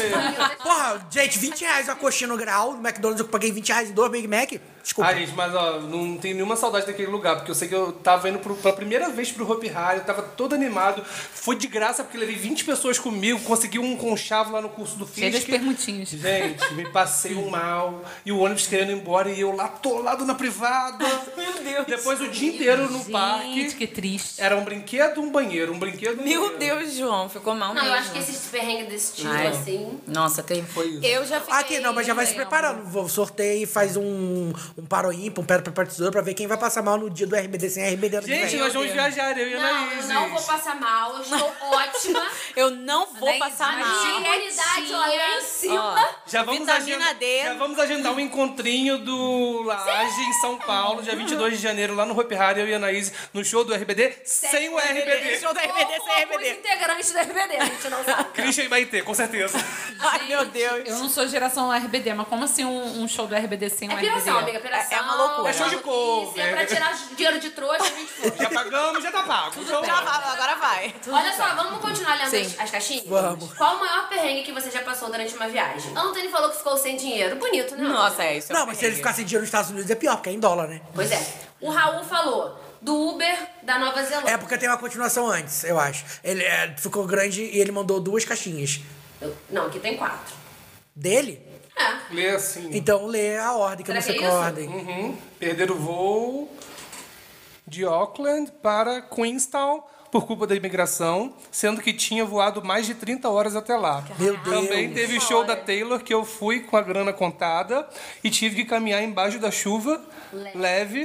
Porra, gente, 20 reais uma coxinha no grau. No McDonald's eu paguei 20 reais em dois Big Mac. Desculpa. Ah, gente, mas ó, não tenho nenhuma saudade daquele lugar, porque eu sei que eu tava indo pro, pela primeira vez pro Hopi Hari, eu tava todo animado. Foi de graça porque eu levei 20 pessoas comigo, consegui um conchavo lá no curso do Cheio das Fisk. permutinhas. Gente, me passei um mal e o ônibus querendo ir embora e eu lá atolado na privada. Meu Deus. Depois o dia inteiro no Gente, parque. que triste. Era um brinquedo, um banheiro, um brinquedo. um Meu banheiro. Deus, João, ficou mal Não, eu mesmo. acho que esses perrengues desse tipo, Ai. assim. Nossa, tem... Foi isso. Eu já fiquei... Aqui, não, mas já vai se preparando. Vou sorteio e faz um, um paroímpa, um pedra, papel, tesoura pra ver quem vai passar mal no dia do RBD sem RBD. ano que Gente, vem. nós vamos viajar, eu e a Não, eu Anaís. não vou passar mal, eu estou ótima. Eu não vou Nem passar exagero. mal. Imunidade ó, lá em cima. Ó, Já vamos, Vitamina agendar, D. já vamos agendar um encontrinho do Laje em São Paulo, dia 22 de janeiro, lá no Hopi Hari, eu e a Anaís, no show do RBD, sem o RBD. Show do RBD Ou sem alguns RBD. integrantes do RBD, a gente não sabe. Christian vai ter, com certeza. Ai, meu Deus. Eu não sou geração RBD, mas como assim um, um show do RBD sem um É RBD? piração, amiga, piração. É- é uma loucura. É show de couro, É pra tirar dinheiro de trouxa, a gente foi. Já pagamos, já tá pago. Então, Já vai, agora vai. Olha só, vamos continuar lendo Sim. as, as caixinhas? Vamos. Qual o maior perrengue que você já passou durante uma viagem? Anthony falou que ficou sem dinheiro. Bonito, né? Nossa, é isso. é um Não, mas se ele perrengue. ficar sem dinheiro nos Estados Unidos é pior, porque é em dólar, né? Pois é. O Raul falou do Uber da Nova Zelândia. É porque tem uma continuação antes, eu acho. Ele é, ficou grande e ele mandou duas caixinhas. Eu- Não, aqui tem quatro. Dele? É. lê assim, Então lê a ordem, que eu não Será sei que é qual a isso? ordem. uhum, perder o voo de Auckland para Queenstown por culpa da imigração, sendo que tinha voado mais de 30 horas até lá. Meu Deus. Também teve o show da Taylor que eu fui com a grana contada e tive que caminhar embaixo da chuva leve,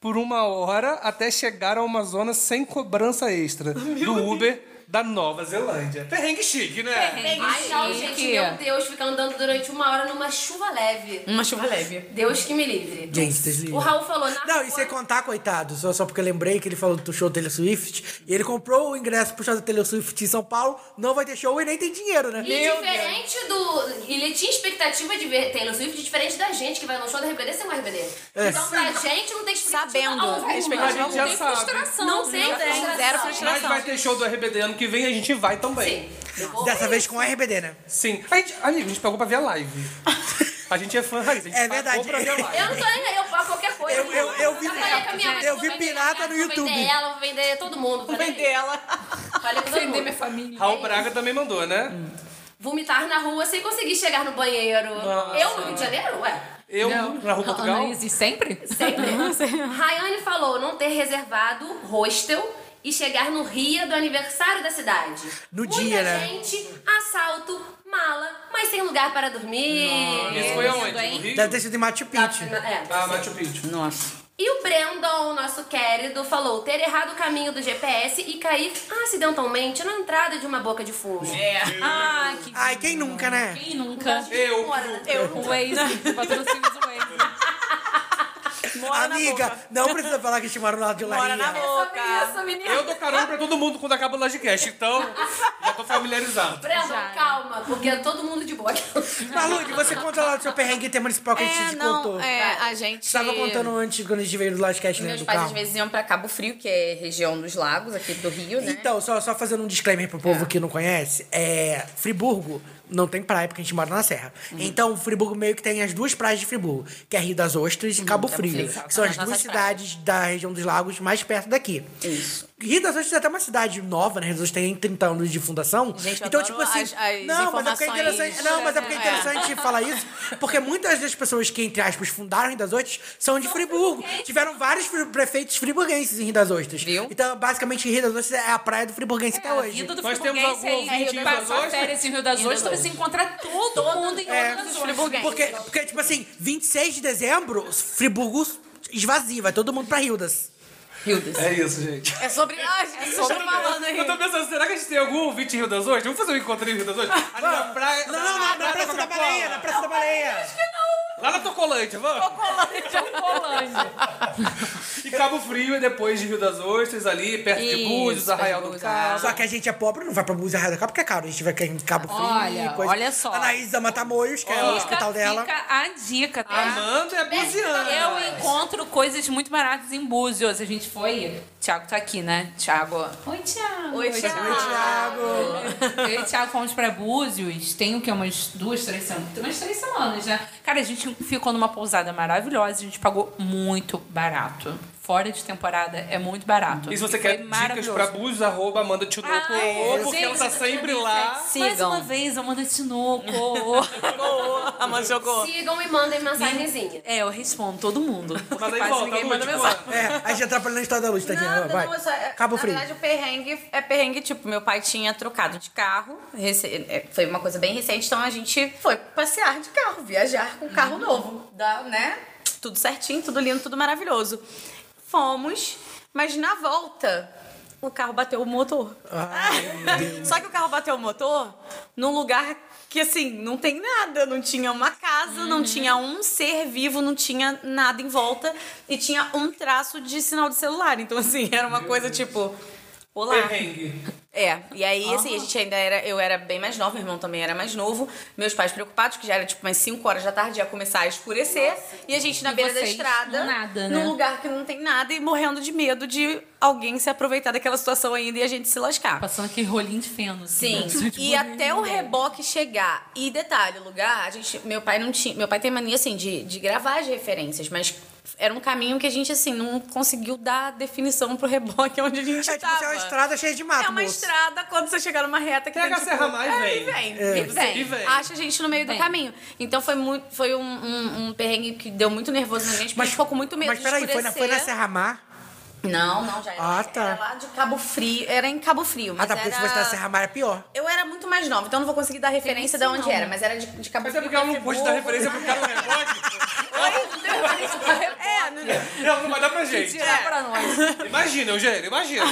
por uma hora até chegar a uma zona sem cobrança extra do Uber da Nova Zelândia. Perrengue chique, né? Ai, não, gente, meu Deus, ficar andando durante uma hora numa chuva leve. Hum. Uma tipo, chuva tá leve. Deus que me livre. Gente, desliga. O Raul falou na Não, é rua- e sem contar, coitado, só, só porque eu lembrei que ele falou do show da Taylor Swift, e ele comprou o ingresso pro show da Taylor Swift em São Paulo, não vai ter show e nem tem dinheiro, né? E diferente do. Ele tinha expectativa de ver Taylor Swift, diferente da gente que vai no show da RBD sem um RBD. É, Então, pra gente, não tem expectativa. Sabendo. alguma. A gente já sabe. Frustração. Não tem, frustração. Zero Mas frustração. vai ter show do RBD ano que vem a gente vai também. Sim. Eu vou- Dessa vez com o RBD, né? Sim. A gente, amigo, a gente pagou pra ver a live. A gente é fã raiz. A gente É pagou verdade. Pra ver lá. Eu não tô nem aí, eu faço qualquer coisa. Eu- eu- eu vi- falei com a minha mãe, eu vou vi vender minha pirata casa, no Vou YouTube. vender ela, vou vender todo mundo. Vou Vender ela. Falei com todo Vender minha mundo. família. Raul Braga também mandou, né? Vomitar na rua sem conseguir chegar no banheiro. Eu no Rio de Janeiro? Ué. Eu, na Rua Portugal. Anaíse, sempre? Sempre. Rayane falou não ter reservado hostel e chegar no Ria do aniversário da cidade. No Muita dia, né? gente, assalto, mala, mas sem lugar para dormir. Isso foi aonde? No Rio? Deve ter sido em Machu Picchu. É. Ah, Machu Picchu. Nossa. E o Brandon, nosso querido, falou ter errado o caminho do GPS e cair acidentalmente na entrada de uma boca de fumo. É. Ah, que Ai, quem nunca, né? quem nunca? Eu. né? né? É Eu, o Waze, patrocina o Waze. Mora na boca. Amiga, não precisa falar que te mora no lado de Mora na Larinha. É boca. menina. Eu dou carona pra todo mundo quando acaba o Lodcast, então já tô familiarizado. Brandon, calma, porque é todo mundo de boa. Maluque, você conta lá do seu perrengue intermunicipal que a gente É, te não, contou. é, a gente... Estava contando antes, quando a gente veio do Lodcast, né, Meus do pais carro. às vezes iam pra Cabo Frio, que é região dos lagos aqui do Rio, né? Então, só, só fazendo um disclaimer pro povo que não conhece, é. Friburgo não tem praia, porque a gente mora na serra. Uhum. Então, Friburgo meio que tem as duas praias de Friburgo, que é Rio das Ostras e Cabo Frio. Uhum, Frio, tá Que são as são as duas nossas praias. cidades da região dos lagos mais perto daqui. Isso. Rio das Ostras é até uma cidade nova, né? Rio das Ostras tem 30 anos de fundação. Gente, eu então, adoro tipo assim. as- as não, mas é porque é informações, interessante. Não, mas é porque é é. interessante falar isso, porque muitas das pessoas que, entre aspas, fundaram Rio das Ostras são de Friburgo. Tiveram vários fri- prefeitos friburguenses em Rio das Ostras. Viu? Então, basicamente, Rio das Ostras é a praia do friburguense até A hoje. vida do Nós temos friburguense algum é ir ouvinte em Rio das passar Ostras? férias em Rio das Ostras e encontrar todo mundo em Rio É. das Ostras. Porque, porque, tipo assim, 26 de dezembro, Friburgo esvazia, vai todo mundo pra Rildas. É isso, gente. É sobre. Ai, gente, eu tô falando Eu aí. tô pensando, será que a gente tem algum ouvinte em Rio das Ostras? Vamos fazer um encontro em Rio das Ostras? Ali na praia. Não, não, não, na Praça da Coca-Cola. Baleia, na Praça da Baleia. Lá na Tocolândia, vamos? E Cabo Frio é depois de Rio das Ostras, ali, perto de Isso, Búzios, Arraial do Búzios, Cabo. Só que a gente é pobre, não vai pra Búzios Arraial do Cabo, porque é caro. A gente vai em Cabo Frio. Olha, coisa. olha só. Anaís ama Tamoios, que é o hospital dela. Fica a dica, tá? Amanda é buziana. então, Eu encontro coisas muito baratas em Búzios. A gente foi. Thiago tá aqui, né? Thiago. Oi, Thiago. Oi, Thiago. Oi, Thiago. Eu e o Thiago fomos pra Búzios. Tem o quê? Umas duas, três semanas? Umas três semanas, né? Cara, a gente ficou numa pousada maravilhosa. A gente pagou muito barato. Fora de temporada, é muito barato. E se você Foi quer dicas maravilhoso. pra Búzios, arroba Amanda Tinoco, ou porque ela tá sempre lá. Mais Sigam. uma vez, Amanda Tinoco. Amanda jogou. Sigam e mandem mensagenzinha. é, eu respondo todo mundo. Porque Mas aí quase volta, ninguém Lu, manda tipo, mensagem. É, a gente atrapalha na história da luz, Tadinha. Nada, vai. não, eu só- é- Cabo na Frio. verdade, o perrengue é perrengue, tipo, meu pai tinha trocado de carro, rece- é, foi uma coisa bem recente, então a gente foi passear de carro, viajar com Uhum. carro novo, da, né? Tudo certinho, tudo lindo, tudo maravilhoso. Fomos, mas na volta, o carro bateu o motor. Só que o carro bateu o motor num lugar que, assim, não tem nada. Não tinha uma casa, Uhum. não tinha um ser vivo, não tinha nada em volta. E tinha um traço de sinal de celular. Então, assim, era uma coisa tipo... Olá. Perrengue. É, e aí, assim, a gente ainda era. Eu era bem mais nova, meu irmão também era mais novo. Meus pais preocupados, que já era tipo umas 5 horas da tarde, ia começar a escurecer. e a gente na E beira da vocês, estrada, no nada, né? num lugar que não tem nada e morrendo de medo de alguém se aproveitar daquela situação ainda e a gente se lascar. Passando aquele rolinho de feno. assim, né? Sim, e até o reboque chegar. E detalhe, o lugar, a gente, meu pai não tinha, meu pai tem mania assim de, de gravar as referências, mas era um caminho que a gente assim não conseguiu dar definição pro reboque onde a gente É, tipo, tava. assim, é uma estrada cheia de mato, É uma moço. estrada, quando você chegar numa reta que Pega tem, a Serra Mais, é, vem. E vem, É. e vem. E vem. Acha a gente no meio do Vem. caminho. Então foi, muito, foi um, um, um perrengue que deu muito nervoso na gente, porque a gente ficou com muito medo Mas peraí, de foi na, foi na escurecer. Serra Mar? Não, não, já era, Ah, lá- tá. era lá de Cabo Frio. Era em Cabo Frio, Ah, mas tá, porque era... se fosse na Serra Mar é pior. Eu era muito mais nova, então não vou conseguir dar referência de onde era, mas era de, de Cabo Mas é Frio. porque ela não pôde dar Friburgo. referência pro cara no rebote. É, não- Ela não vai dar pra gente. Tirar pra nós. Imagina, Eugênio, imagina.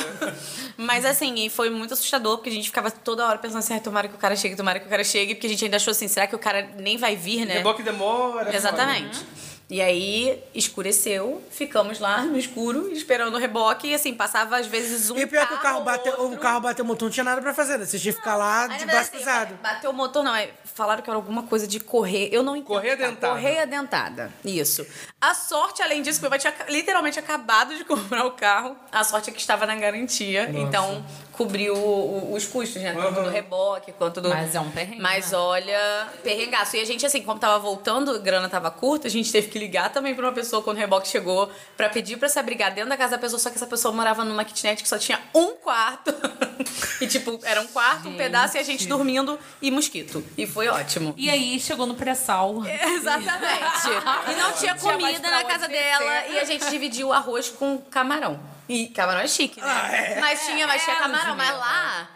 Mas assim, e foi muito assustador, porque a gente ficava toda hora pensando assim, "Ai, tomara que o cara chegue, tomara que o cara chegue, porque a gente ainda achou assim, será que o cara nem vai vir, né? Reboque demora. Exatamente. né? E aí, escureceu, ficamos lá no escuro, esperando o reboque, e assim, passava às vezes um E o pior é que o carro ou bateu, o outro. carro bateu o motor, não tinha nada pra fazer, né? Vocês tinham que ficar lá Aí, de na verdade, braço assim, cruzado. Bateu o motor, não, é, falaram que era alguma coisa de correr, eu não entendo. Correia cara. dentada. Correia dentada, isso. A sorte, além disso, que meu pai tinha ca- literalmente acabado de comprar o carro, a sorte é que estava na garantia, então cobriu o- o- os custos, né? Tanto do reboque quanto do. Mas é um perrengue, Mas né? olha, perrengaço. E a gente, assim, como tava voltando, grana tava curta, a gente teve que ligar também pra uma pessoa quando o reboque chegou pra pedir pra se abrigar dentro da casa da pessoa, só que essa pessoa morava numa kitnet que só tinha um quarto. e, tipo, era um quarto, um pedaço e a gente dormindo e mosquito. E foi ótimo. E aí chegou no pré-sal. É. Exatamente. E não tinha Não tinha mais comida pra na onde casa descer. dela e a gente dividiu o arroz com camarão. E camarão é chique, né? Ah, Mas tinha, mas tinha É, camarão, mas Ludmilla. lá.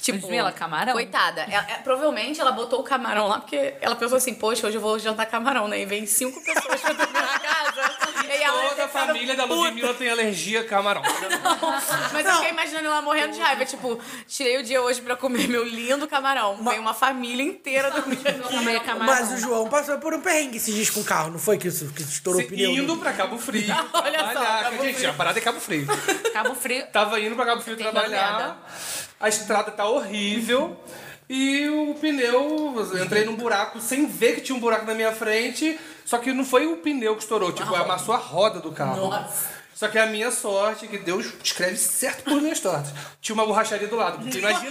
Tipo, Ludmilla, camarão? Coitada. Ela- é, provavelmente ela botou o camarão lá porque ela pensou assim: poxa, hoje eu vou jantar camarão, né? E vem cinco pessoas pra dormir na casa. e ela é Toda a família da Ludmilla tem alergia a camarão. Mas eu fiquei imaginando ela morrendo de raiva. Tipo, tirei o dia hoje pra comer meu lindo camarão. Veio uma família inteira dormir. Comer camarão. Mas o João passou por um perrengue esses dias com o carro, não foi que, isso, que estourou Se- o pneu? indo pra Cabo Frio. Olha só, trabalhar. Cabo Gente, a parada é Cabo Frio. Cabo Frio. Tava indo pra Cabo Frio Tem merda. trabalhar. A estrada tá horrível. E o pneu, eu entrei num buraco sem ver que tinha um buraco na minha frente. Só que não foi o pneu que estourou, tipo, amassou a roda do carro. Só que a minha sorte, é que Deus escreve certo por minhas tortas. Tinha uma borracharia do lado. Porque Imagina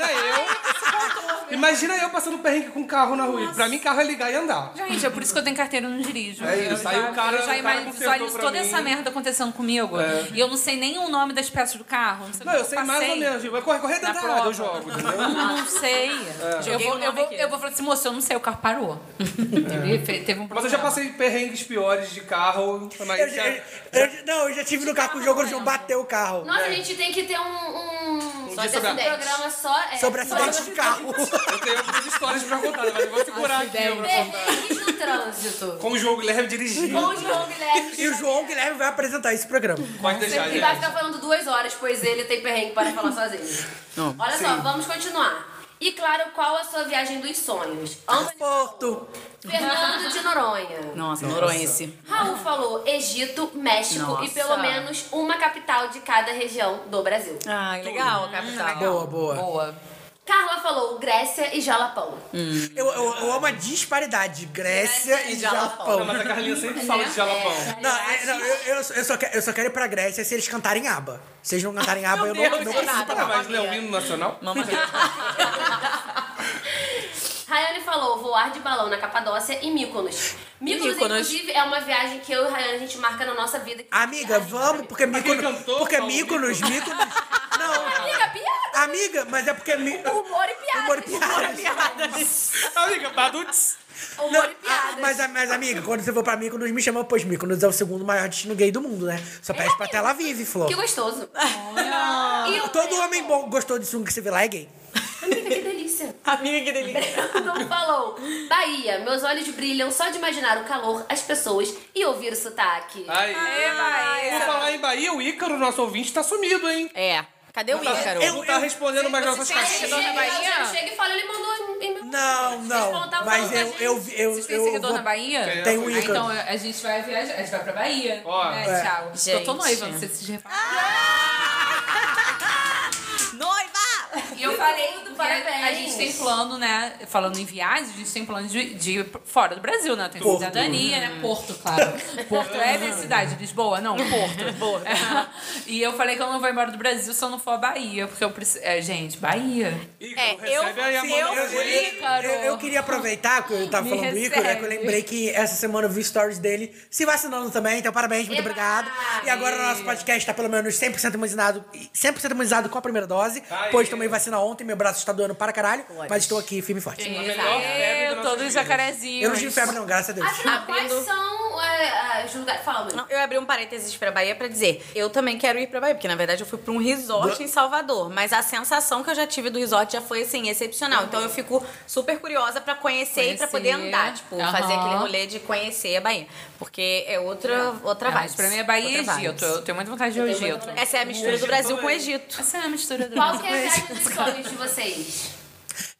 eu. imagina eu passando perrengue com um carro na rua. Pra mim, carro é ligar e andar. Gente, é por isso que eu tenho carteira e não dirijo. É isso, eu aí já, o cara- eu já o cara imagino- consertou visualizo pra toda mim. É. essa merda acontecendo comigo. E eu não sei nem o nome das peças do carro. Não sei Não, o eu que sei mais ou passei. menos. Tipo, vai correr, Na correr dentro da prova. área, eu jogo, entendeu? Eu não sei. Eu, Joguei o vou, eu, nome vou, aqui. eu vou falar assim, moço, eu não sei, o carro parou. Ele fe- Teve um problema. É. Mas eu já passei perrengues piores de carro, mas Eu já- eu- eu- não, eu já tive no carro com o jogo, o João bateu o carro. Nossa, a gente tem que ter um, um, dia sobre um acidente. programa só. É, Sobre só acidente de carro. eu tenho algumas histórias pra contar, mas eu vou segurar aqui. ó, pra contar. Perrengues no trânsito. Com o João Guilherme dirigindo. Com o João Guilherme. E o João Guilherme vai apresentar esse programa. Pode deixar, Ele gente. vai ficar falando duas horas, pois ele tem perrengue para falar sozinho. Olha só, vamos continuar. E claro, qual a sua viagem dos sonhos? Antônio Porto. Fernando de Noronha. Nossa, Noronhense. Raul falou Egito, México e Nossa. pelo menos uma capital de cada região do Brasil. Ah, legal, capital. Boa, boa. Boa. Carla falou Grécia e Jalapão. Eu, eu, eu amo a disparidade. Grécia e Japão. Não, mas a Carlinha sempre fala de jalapão. Não, é- não, eu, eu, eu só quero, eu só quero ir pra Grécia se eles cantarem aba. Se eles não cantarem aba, eu não, Deus, não que preciso nada. pra Ah, lá. mas não é o hino nacional? Rayane falou voar de balão na Capadócia e Mykonos. Mykonos, Mykonos. inclusive, é uma viagem que eu e Rayane a gente marca na nossa vida. Amiga, vamos, porque Míconos... cantor Porque falou Míconos, Míconos... Não, Amiga, piada! amiga, mas é porque... Mi- Humor e piada. Humor e piadas. Amiga, Baduts. Humor Não, e piadas. ah, mas, a- mas, amiga, quando você for pra Míconos, me chama, pois Míconos é o segundo maior destino gay do mundo, né? Só pede pra Tel Aviv, Flor. Que gostoso. E o Todo Breno- homem bom gostou disso que você vê lá é gay. Amiga, que delícia. Amiga, que delícia. Brandon falou: Bahia, meus olhos brilham só de imaginar o calor, as pessoas e ouvir o sotaque. Aí. Por falar em Bahia, o Ícaro, nosso ouvinte, tá sumido, hein? É. Cadê o Ícaro? Não tá respondendo mais nossas Chega, caixinhas. chega, Bahia? chega, chega e fala, ele mandou um e-mail. Não, não. Despontar o Mas valor eu, pra eu, gente. eu, Vocês têm eu, seguidor vou- na Bahia? Tem um Ah, Ícaro. então a gente vai viajar, a gente vai pra Bahia. Ó. né, É. tchau. Eu tô Gente. noiva, não sei se vocês repararam. É. Noiva! E eu falei do Parabéns. A gente tem plano, né? Falando em viagens, a gente tem plano de, de ir fora do Brasil, né? Tem Porto. cidadania, né? Porto, claro. Porto é minha cidade, Lisboa, não, Porto. Porto. E eu falei que eu não vou embora do Brasil se eu não for à Bahia, porque eu preciso. É, gente, Bahia. Ícaro, É, eu- recebe aí a se mão eu da gente. fui- Ícaro. Eu, eu queria aproveitar que eu tava Me falando do Ícaro, né, que eu recebe. lembrei que essa semana eu vi stories dele se vacinando também, então parabéns, muito Eba! obrigado. E agora o nosso podcast tá pelo menos 100% imunizado, 100% imunizado com a primeira dose, Aí. pois tomei vacina ontem, meu braço está doendo para caralho, mas estou aqui firme e forte. A melhor febre da É, Eu, nossa todos os vida. jacarezinhos. Eu não tive febre não, graças a Deus. Ah, Afinal, quais são é, os lugares. Fala, Bruno. Eu abri um parênteses pra Bahia pra dizer, eu também quero ir pra Bahia, porque na verdade eu fui pra um resort em Salvador, mas a sensação que eu já tive do resort já foi assim excepcional. Então eu fico super curiosa pra conhecer, e pra poder Conhecer. andar, tipo, Aham. fazer aquele rolê de conhecer a Bahia, porque é outra outra Ah, vibe. mas pra mim é Bahia e Outra Egito. vibes. Eu tenho muita vontade de ir ao Egito. Essa é a mistura do Brasil com o Egito. Essa é a mistura do Qual que é a viagem dos sonhos de vocês?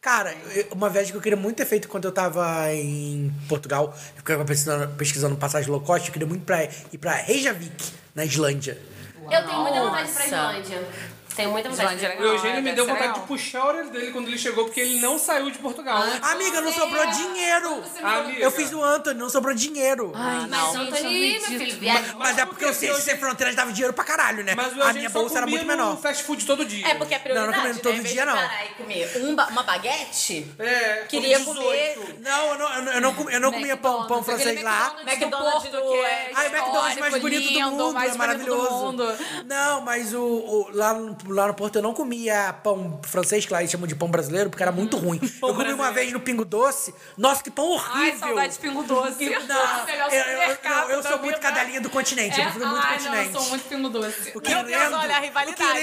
Cara, eu- uma viagem que eu queria muito ter feito quando eu tava em Portugal, eu ficava pesquisando, pesquisando passagem low cost, eu queria muito pra, ir pra Reykjavik, na Islândia. Eu tenho muita vontade de ir pra Nossa. Islândia. Tenho muita vontade. Islândia é de- legal. O Eugênio me deve deu ser vontade legal. de puxar a orelha dele quando ele chegou, porque ele não saiu de Portugal. Amiga, não sobrou dinheiro. Amiga. Eu fiz o Anthony, não sobrou dinheiro. Mas Antônio, meu filho, viaja. Mas é porque eu sei que sem fronteiras dava dinheiro pra caralho, né? Mas o A Eugênio minha só bolsa era comia muito no menor. fast food todo dia. É porque é Não, não prioridade, comendo todo né? Em vez dia, de não. parar e comer um ba- uma baguete, É, Um queria como comer 18. Não, eu não, eu não, eu não comi- eu não comia pão, pão francês lá. McDonald's McDonald's do do- Porto, que é Ai, McDonald's mais histórico, bonito do lindo, mundo, mais é bonito do maravilhoso. mundo. Não, mas o, o- lá, no, lá no Porto eu não comia pão francês, que lá eles chamam de pão brasileiro, porque era muito ruim. eu comi uma brasileiro. vez no Pingo Doce. Nossa, que pão horrível! Hum, Ai, saudade de Pingo Doce. Não, Nossa, melhor eu, eu- supermercado não, eu da sou vida. É, muito cadelinha do continente. Eu fui muito Ai, não, continente. eu sou muito Pingo Doce. O querendo, olha, a O rivalidade. querendo é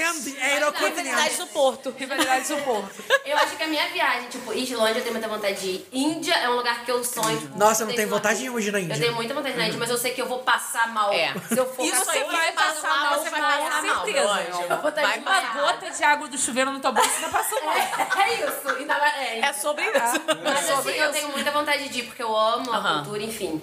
ir ao rivalidade continente. do Porto. Rivalidade do Porto. Eu acho que a minha viagem, tipo, Islândia eu tenho muita vontade de ir. Índia é um lugar que eu sonho. tipo, Nossa, eu desde não tenho uma- vontade nenhuma de ir na Índia. Eu tenho muita vontade na Índia, mas eu sei que eu vou passar mal. É. Se eu for E pra você Índia, vai passar mal, você vai passar mal, meu certeza. anjo. Vai Vai Uma passar. gota de água do chuveiro no tua bolsa, você tá passando mal. É, é isso. Ainda mais- é, É sobre isso. Mas assim, eu tenho muita vontade de ir, porque eu amo a Aham. cultura, enfim.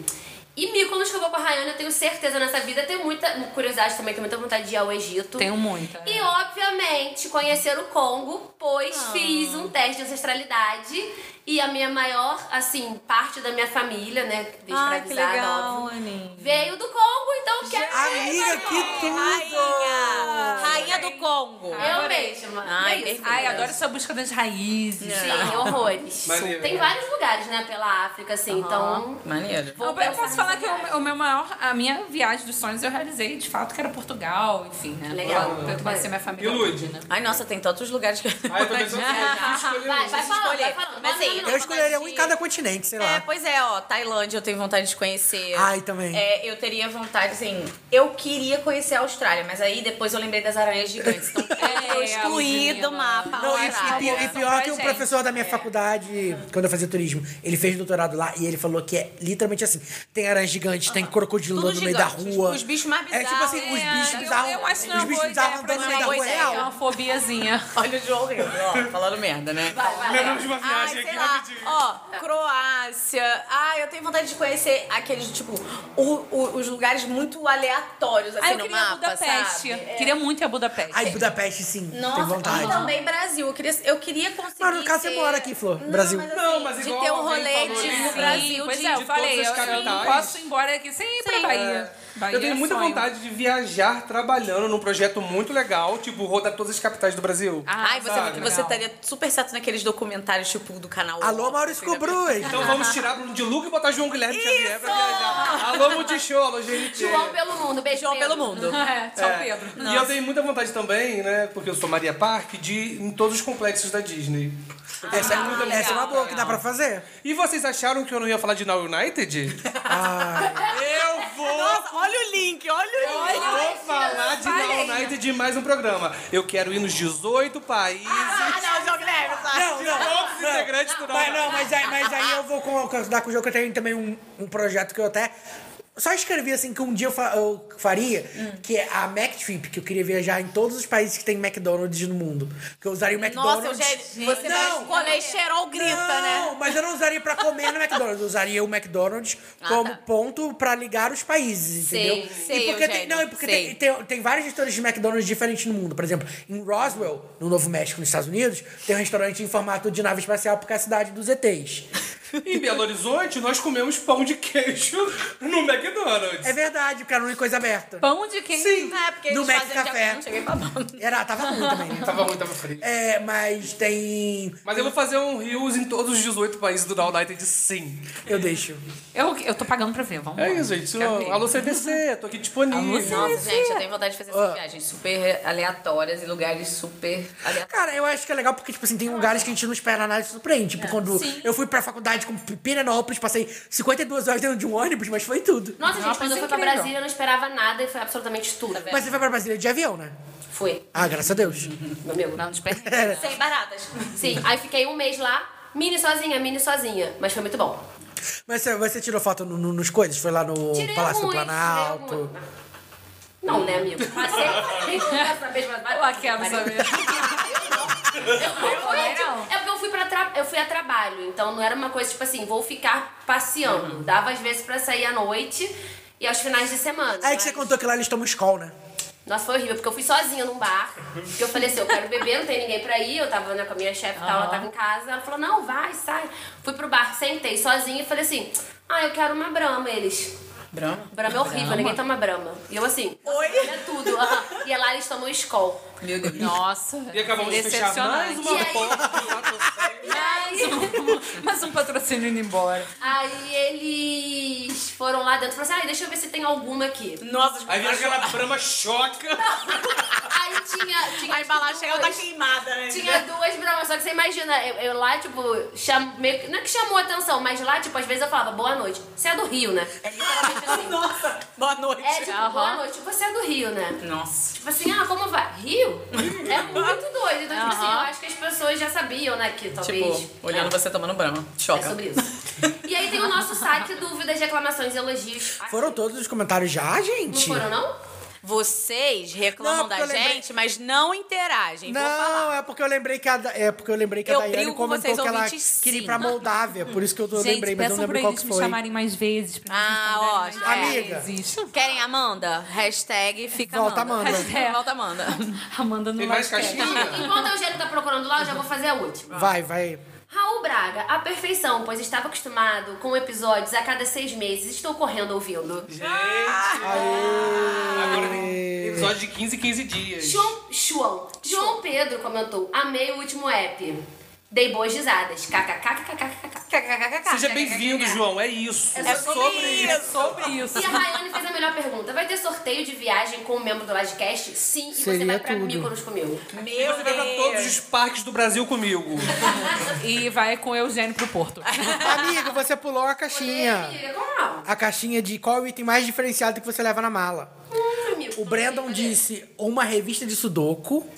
E Mykonos, que eu vou com a Rayane, eu tenho certeza nessa vida. Tenho muita curiosidade também, tenho muita vontade de ir ao Egito. Tenho muita. E, obviamente, conhecer o Congo, pois fiz um teste de ancestralidade. E a minha maior, assim, parte da minha família, né, escravizada, óbvio, Aninha. veio do Congo, então quero ver. Amiga, que Rainha. tudo! Rainha do Congo. Eu mesma. Ai, é isso. Ai, adoro essa busca das raízes. Sim, horrores. Maneiro. Tem vários lugares, né, pela África, assim, então... Maneiro. Eu, eu posso falar que o, o meu maior, a minha viagem dos sonhos eu realizei, de fato, que era Portugal, enfim, né? Legal. Pra- pra Eu conhecer minha família. E Lude? toda, né? Ai, nossa, tem tantos lugares que... Ah, Aí eu também sou assim, um. Vai, vai falando, vai escolher. falando. Mas Bota aí, na eu minha Eu escolheria um vontade em de- cada continente, sei É, lá. pois é, ó, Tailândia eu tenho vontade de conhecer. Ai, também. É, eu teria vontade, assim, eu queria conhecer a Austrália, mas aí depois eu lembrei das aranhas gigantes. Então, É, é, excluí Ludmilla. do mapa. Não, e, a e Austrália. pi- e pior que um professor da minha faculdade, quando eu fazia turismo, ele fez doutorado lá e ele falou que é literalmente assim: tem aranha gigante, tem crocodilo Tudo no meio da gigante, os- rua. os bichos mais É tipo assim, bizarros, os É, bichos eu- bizarros. Eu acho que não é os uma bichos boa bizarros ideia pra andando no não meio da é rua uma boa é ideia, é real. uma fobiazinha. Olha o João Lima, ó, falando merda, né? Lembramos de uma viagem Ai, aqui sei lá. rapidinho. Ó, Croácia. Ah, eu tenho vontade de conhecer aqueles, tipo, o- o- os lugares muito aleatórios, assim, Ah, eu no queria mapa, Budapeste. sabe? Queria muito ir a Budapeste. Ai, Budapeste, sim. tem Nossa, vontade. e também Brasil. Eu queria, eu queria conseguir. Mas no caso, ter... você mora aqui, Flor, Brasil. Não, mas de igual ter um alguém rolê falou de ali, Sim, Brasil, pois de- é, eu de falei, todas eu as capitais. posso ir embora aqui sempre pra Sim. Bahia. Bahia Eu tenho é muita sonho. vontade de viajar trabalhando num projeto muito legal, tipo, rodar todas as capitais do Brasil. Ai, você, Ah, Sabe? você estaria super certo naqueles documentários, tipo, do canal. Alô, Maurício Cobrui. Então vamos tirar Bruno de Luca e botar João Guilherme Xavier pra viajar. Alô, Multishow, alô, gente. então, João pelo mundo, beijo. João Pedro. pelo mundo. É, São Pedro. E eu tenho muita vontade também, né? Porque eu sou Maria Park, de ir em todos os complexos da Disney. Essa, essa é uma legal, boa que dá pra fazer. E vocês acharam que eu não ia falar de Now United? Eu vou! olha o link, olha o Eu vou falar de Now United em mais um programa. Eu quero ir nos 18 países. Não, João Guilherme, sabe? Não, não. Todos os integrantes do Now Mas não, mas aí, mas aí eu vou con- concordar com o jogo que eu tenho também um, um projeto que eu até. Só escrevi assim que um dia eu, fa- eu faria, que é a McTrip, que eu queria viajar em todos os países que tem McDonald's no mundo. Que eu usaria o McDonald's. Nossa, eu já, você não, não, comer cheirou grita, não, né? mas eu não usaria pra comer no McDonald's. Eu usaria o McDonald's como ponto pra ligar os Ah, tá. países, Sei, entendeu? sei, e porque tem, Eugênio, não, e porque sei. tem, tem, tem vários restaurantes de McDonald's diferentes no mundo. Por exemplo, em Roswell, no Novo México, nos Estados Unidos, tem um restaurante em formato de nave espacial porque é a cidade dos ETs. Em Belo Horizonte, nós comemos pão de queijo no McDonald's. É verdade, porque era uma coisa aberta. Pão de queijo. É, porque No eles Mac fazem de- Café. Não cheguei babando. Era, tava ruim também. né? Tava ruim, tava frio. É, mas tem. Mas eu vou fazer um Rios em todos os 18 países do Now United, sim. Eu deixo. Eu, eu tô pagando pra ver, vamos É lá. isso, gente. Quero ver. Alô, CDC, tô aqui disponível. é Nossa, gente, eu tenho vontade de fazer essas viagens super aleatórias e lugares super aleatórios. Cara, eu acho que é legal porque, tipo assim, tem lugares que a gente não espera nada e surpreende. Tipo, quando eu fui pra faculdade com Pirenópolis, passei 52 horas dentro de um ônibus, mas foi tudo. Nossa, gente, Nossa, quando eu isso fui é pra incrível. Brasília, eu não esperava nada e foi absolutamente tudo. Mas você foi pra Brasília de avião, né? é. Foi, Ah, graças a Deus. meu amigo. Não, desperta. Sem baratas. Sim, aí fiquei um mês lá, mini sozinha, mini sozinha. Mas foi muito bom. Mas você, você tirou foto no- no- nos coisas? Foi lá no Tirei Um Palácio alguns, do tirei Planalto? alguns. Não, né, amigo? Passei, passei, quero saber, mas vai. Eu aqui quero saber. Eu fui, Não, tipo, não. É porque eu fui, pra tra- eu fui a trabalho, então não era uma coisa tipo assim, vou ficar passeando. Dava às vezes pra sair à noite e aos finais de semana. Aí É que você mas- contou que lá eles tomam escola, né? Nossa, foi horrível, porque eu fui sozinha num bar. Porque eu falei assim, eu quero beber, não tem ninguém pra ir. Eu tava né, com a minha chefe e tal, ela tava em casa. Ela falou, não, vai, sai. Fui pro bar, sentei sozinha e falei assim, ah, eu quero uma brama, eles. Brama? Brama é horrível, ninguém toma brama. E eu assim, Oi? é tudo. aham. E lá eles tomam Skol. Meu Deus. Nossa. E acabamos de fechar mais decepcionante. E uma aí? porta. Aí, Mas um patrocínio indo embora. aí eles foram lá dentro e falaram assim, ah, deixa eu ver se tem alguma aqui. Nossa, Aí vira aquela brama choca. Aí tinha, tipo tinha a embalagem chegava tá duas- queimada, né? Tinha duas bramas, só que você imagina, eu, eu lá, tipo, cham... meio que- não é que chamou atenção, mas lá, tipo, às vezes eu falava, boa noite. Você é do Rio, né? É literalmente assim. Nossa, boa noite. É, tipo, boa noite, você é do Rio, né? Nossa. Tipo assim, ah, como vai? Rio? É muito doido. Então, tipo assim, eu acho que as pessoas já sabiam, né, que talvez... Tipo, olhando é. você tomando brama. É Choca. sobre isso. E aí tem o nosso saque, dúvidas, reclamações, elogios. Ai, Foram todos os comentários já, Não gente? foram, não? Vocês reclamam Não, porque da eu lembrei- gente, mas não interagem. Vou falar. Não, é porque eu lembrei que a, Da- é porque eu lembrei que a Eu Daiane brigo com comentou vocês, que ela ouvintes, queria ir sim. pra Moldávia, por isso que eu tô- lembrei, Gente, mas eu não peçam pra lembro qual que eles me foi. chamarem mais vezes. Pra Ah, ó. eles é. me Amiga. vezes. Querem Amanda? Hashtag fica Volta Amanda. Amanda. Hashtag Volta Amanda. Amanda não Tem vai mais querer. caixinha? Enquanto a Eugênia tá procurando lá, eu já vou fazer a última. Vai, vai. Raul Braga, a perfeição, pois estava acostumado com episódios a cada seis meses. Estou correndo ouvindo. Gente. Agora tem episódio de 15 15 dias. João, João, João Pedro comentou: Amei o último app. Dei boas risadas. KKKKKKK. Seja bem-vindo, João. É isso. É sobre É sobre isso. E a Rayane fez a melhor pergunta: Vai ter sorteio de viagem com um membro do Livecast? Sim, e você Seria vai pra tudo. Mykonos comigo. E você vai é pra todos os parques do Brasil comigo. E vai com o Eugênio pro Porto. Amiga, você pulou a caixinha. Amiga, qual? A caixinha de qual é o item mais diferenciado que você leva na mala? Hum, amigo, O não Brandon sei fazer. disse uma revista de sudoku.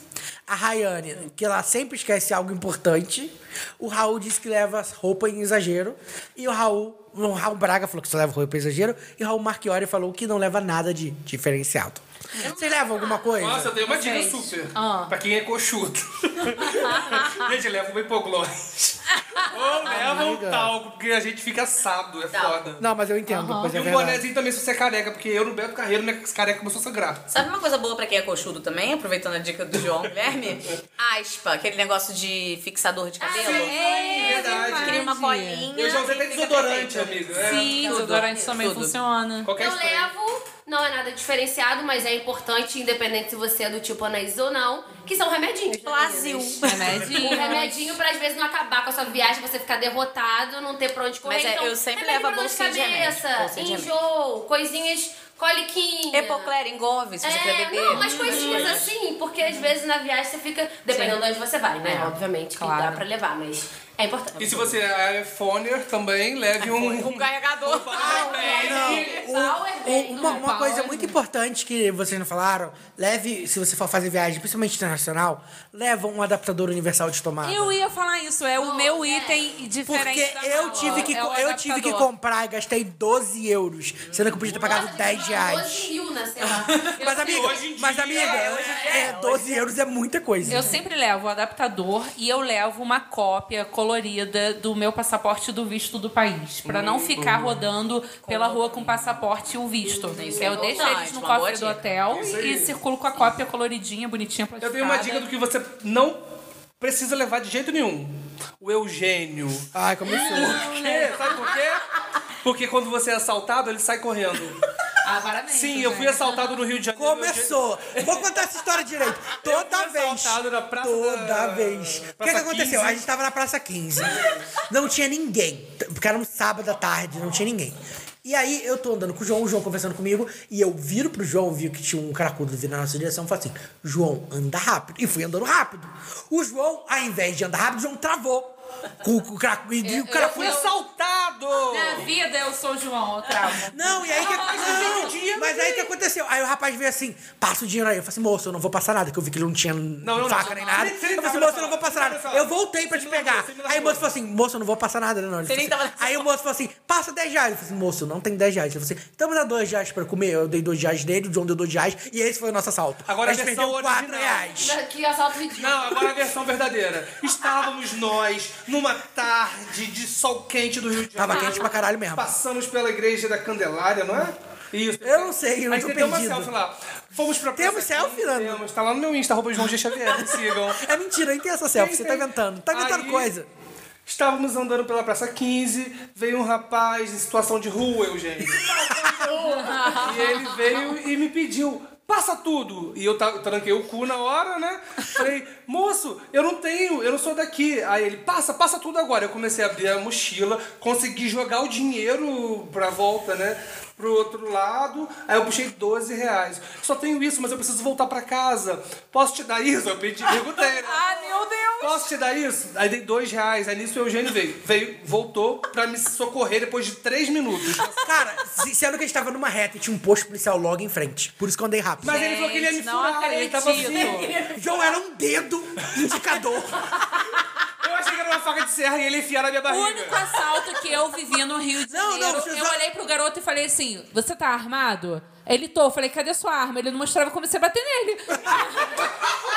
A Rayane, que ela sempre esquece algo importante. O Raul disse que leva roupa em exagero. E o Raul, o Raul Braga falou que só leva roupa em exagero. E o Raul Marchiori falou que não leva nada de diferenciado. Você leva alguma coisa? Nossa, eu tenho uma dica super. Pra quem é coxudo. gente, leva uma hipoglós. Ou leva um talco, porque a gente fica assado, é foda. Não, mas eu entendo. Mas E é um verdade. bonézinho também se você é careca, porque eu no Beto Carreiro, né, esse careca começou a sangrar. Sabe uma coisa boa pra quem é coxudo também? Aproveitando a dica do João Guilherme? Aspa, aquele negócio de fixador de Ah, cabelo. é verdade. Cria uma colinha. Eu já usei até e fica desodorante, perfeito. amigo. É. Sim, Tudo. desodorante também Tudo. funciona. Qualquer Eu spray. levo, não é nada diferenciado, mas é importante, independente se você é do tipo anéis ou não, que são remedinhos. né, Brasil. meninas? Remedinho. Um remedinho pra às vezes não acabar com a sua viagem, você ficar derrotado, não ter pra onde correr. Mas é, então, eu sempre remédio levo a pra dor de bolsinha de remédio, cabeça, bolsinha de remédio. enjoo, coisinhas, coliquinha. Epocler, engove, se você quer É, beber. não, mas coisinhas assim, porque às vezes na viagem você fica, dependendo de onde você vai, É. né? Obviamente que dá pra levar, mas é importante. E se você é foner também, leve um... Um carregador. é. é. Não, o- o- uma, uma coisa muito importante que vocês não falaram, leve, se você for fazer viagem, principalmente internacional, leva um adaptador universal de tomada. Eu ia falar isso, é o meu item diferente Porque da eu mala. tive, que, É o co- eu tive que adaptador. comprar e gastei 12 euros, sendo que eu podia ter pagado 10 reais. 12 mil, né, sei lá. Mas, amiga, hoje em mas, dia- amiga é, 12 euros é muita coisa. Eu sempre levo o adaptador e eu levo uma cópia colorida do meu passaporte e do visto do país. Pra Hum, não ficar rodando pela rua com o passaporte e o visto. é eu deixo eles no uma boa cofre do dica. hotel e circulo com a cópia coloridinha, bonitinha, Eu plastificada. tenho uma dica do que você não precisa levar de jeito nenhum. O Eugênio. Ai, começou. Por quê? Sabe por quê? Porque quando você é assaltado, ele sai correndo. Ah, parabéns. Sim, eu fui gente. assaltado no Rio de Janeiro. Começou! Vou contar essa história direito. Toda fui vez. assaltado na praça toda da- vez. O que, Praça que aconteceu? 15. A gente tava na Praça 15. Não tinha ninguém. t- Porque era um sábado à tarde, não tinha ninguém. E aí eu tô andando com o João, o João conversando comigo, e eu viro pro João, vi que tinha um cracudo vindo na nossa direção, e falo assim: João, anda rápido. E fui andando rápido. O João, ao invés de andar rápido, o João travou. Com o cracudo. E o cara É, Eu fui foi assaltado! Na vida eu sou o João, eu travo. não, e aí que aconteceu? Mas aí que aconteceu? Aí o rapaz veio assim, passa o dinheiro aí. Eu falei assim, moço, eu não vou passar nada, que eu vi que ele não tinha não, faca não. nem nada. Você- você eu falei nem assim, tava moço, eu não vou nessa passar hora. nada. Você nem Eu tava voltei pra te nessa hora. pegar. Você me Aí o largou, moço falou assim, moço, eu não vou passar nada, não. Ele falou nem tava assim- nessa Aí o moço falou assim, passa 10 reais. Eu falei assim, moço, não tem 10 reais. Ele falou assim, então me dá 2 reais pra comer. Eu dei 2 reais dele, o John deu 2 reais, e esse foi o nosso assalto. Agora a gente a versão perdeu 4 original. reais. Que assalto ridículo. Não, agora a versão verdadeira. Estávamos nós numa tarde de sol quente do Rio de Janeiro. Tava quente pra caralho mesmo. Passamos pela igreja da Candelária, não é? Isso. Eu não sei, eu Mas tô tem uma perdido. selfie lá. Fomos pra Temos Praça selfie, Quinta, Nando? Temos. Tá lá no meu Insta, arroba João G. Xavier, me sigam. É mentira, nem tem essa selfie, Tem, você tá tem. inventando. Tá inventando Aí, coisa. Estávamos andando pela Praça 15, veio um rapaz em situação de rua, Eugênio. e ele veio e me pediu, passa tudo. E eu ta- tranquei o cu na hora, né? Falei, moço, eu não tenho, eu não sou daqui. Aí ele, passa, passa tudo agora. Eu comecei a abrir a mochila, consegui jogar o dinheiro pra volta, né? Pro outro lado, aí eu puxei 12 reais. Só tenho isso, mas eu preciso voltar pra casa. Posso te dar isso? Eu pedi, perguntei. né? Ah, meu Deus! Posso te dar isso? Aí dei dois reais. Aí nisso o Eugênio veio. Veio, voltou pra me socorrer depois de três minutos. Cara, se- sendo que a gente tava numa reta e tinha um posto policial logo em frente. Por isso que eu andei rápido. Mas ele falou que ele ia me Gente, não furar. Ele tava assim, acredito. ó. João era um dedo indicador. Eu achei que era uma faca de serra e ele ia enfiar na minha O barriga. único assalto que eu vivi no Rio de Não, não, Janeiro, você eu só- olhei pro garoto e falei assim: Você tá armado? Ele tô. Eu falei: Cadê sua arma? Ele não mostrava como você bater nele. "Ah,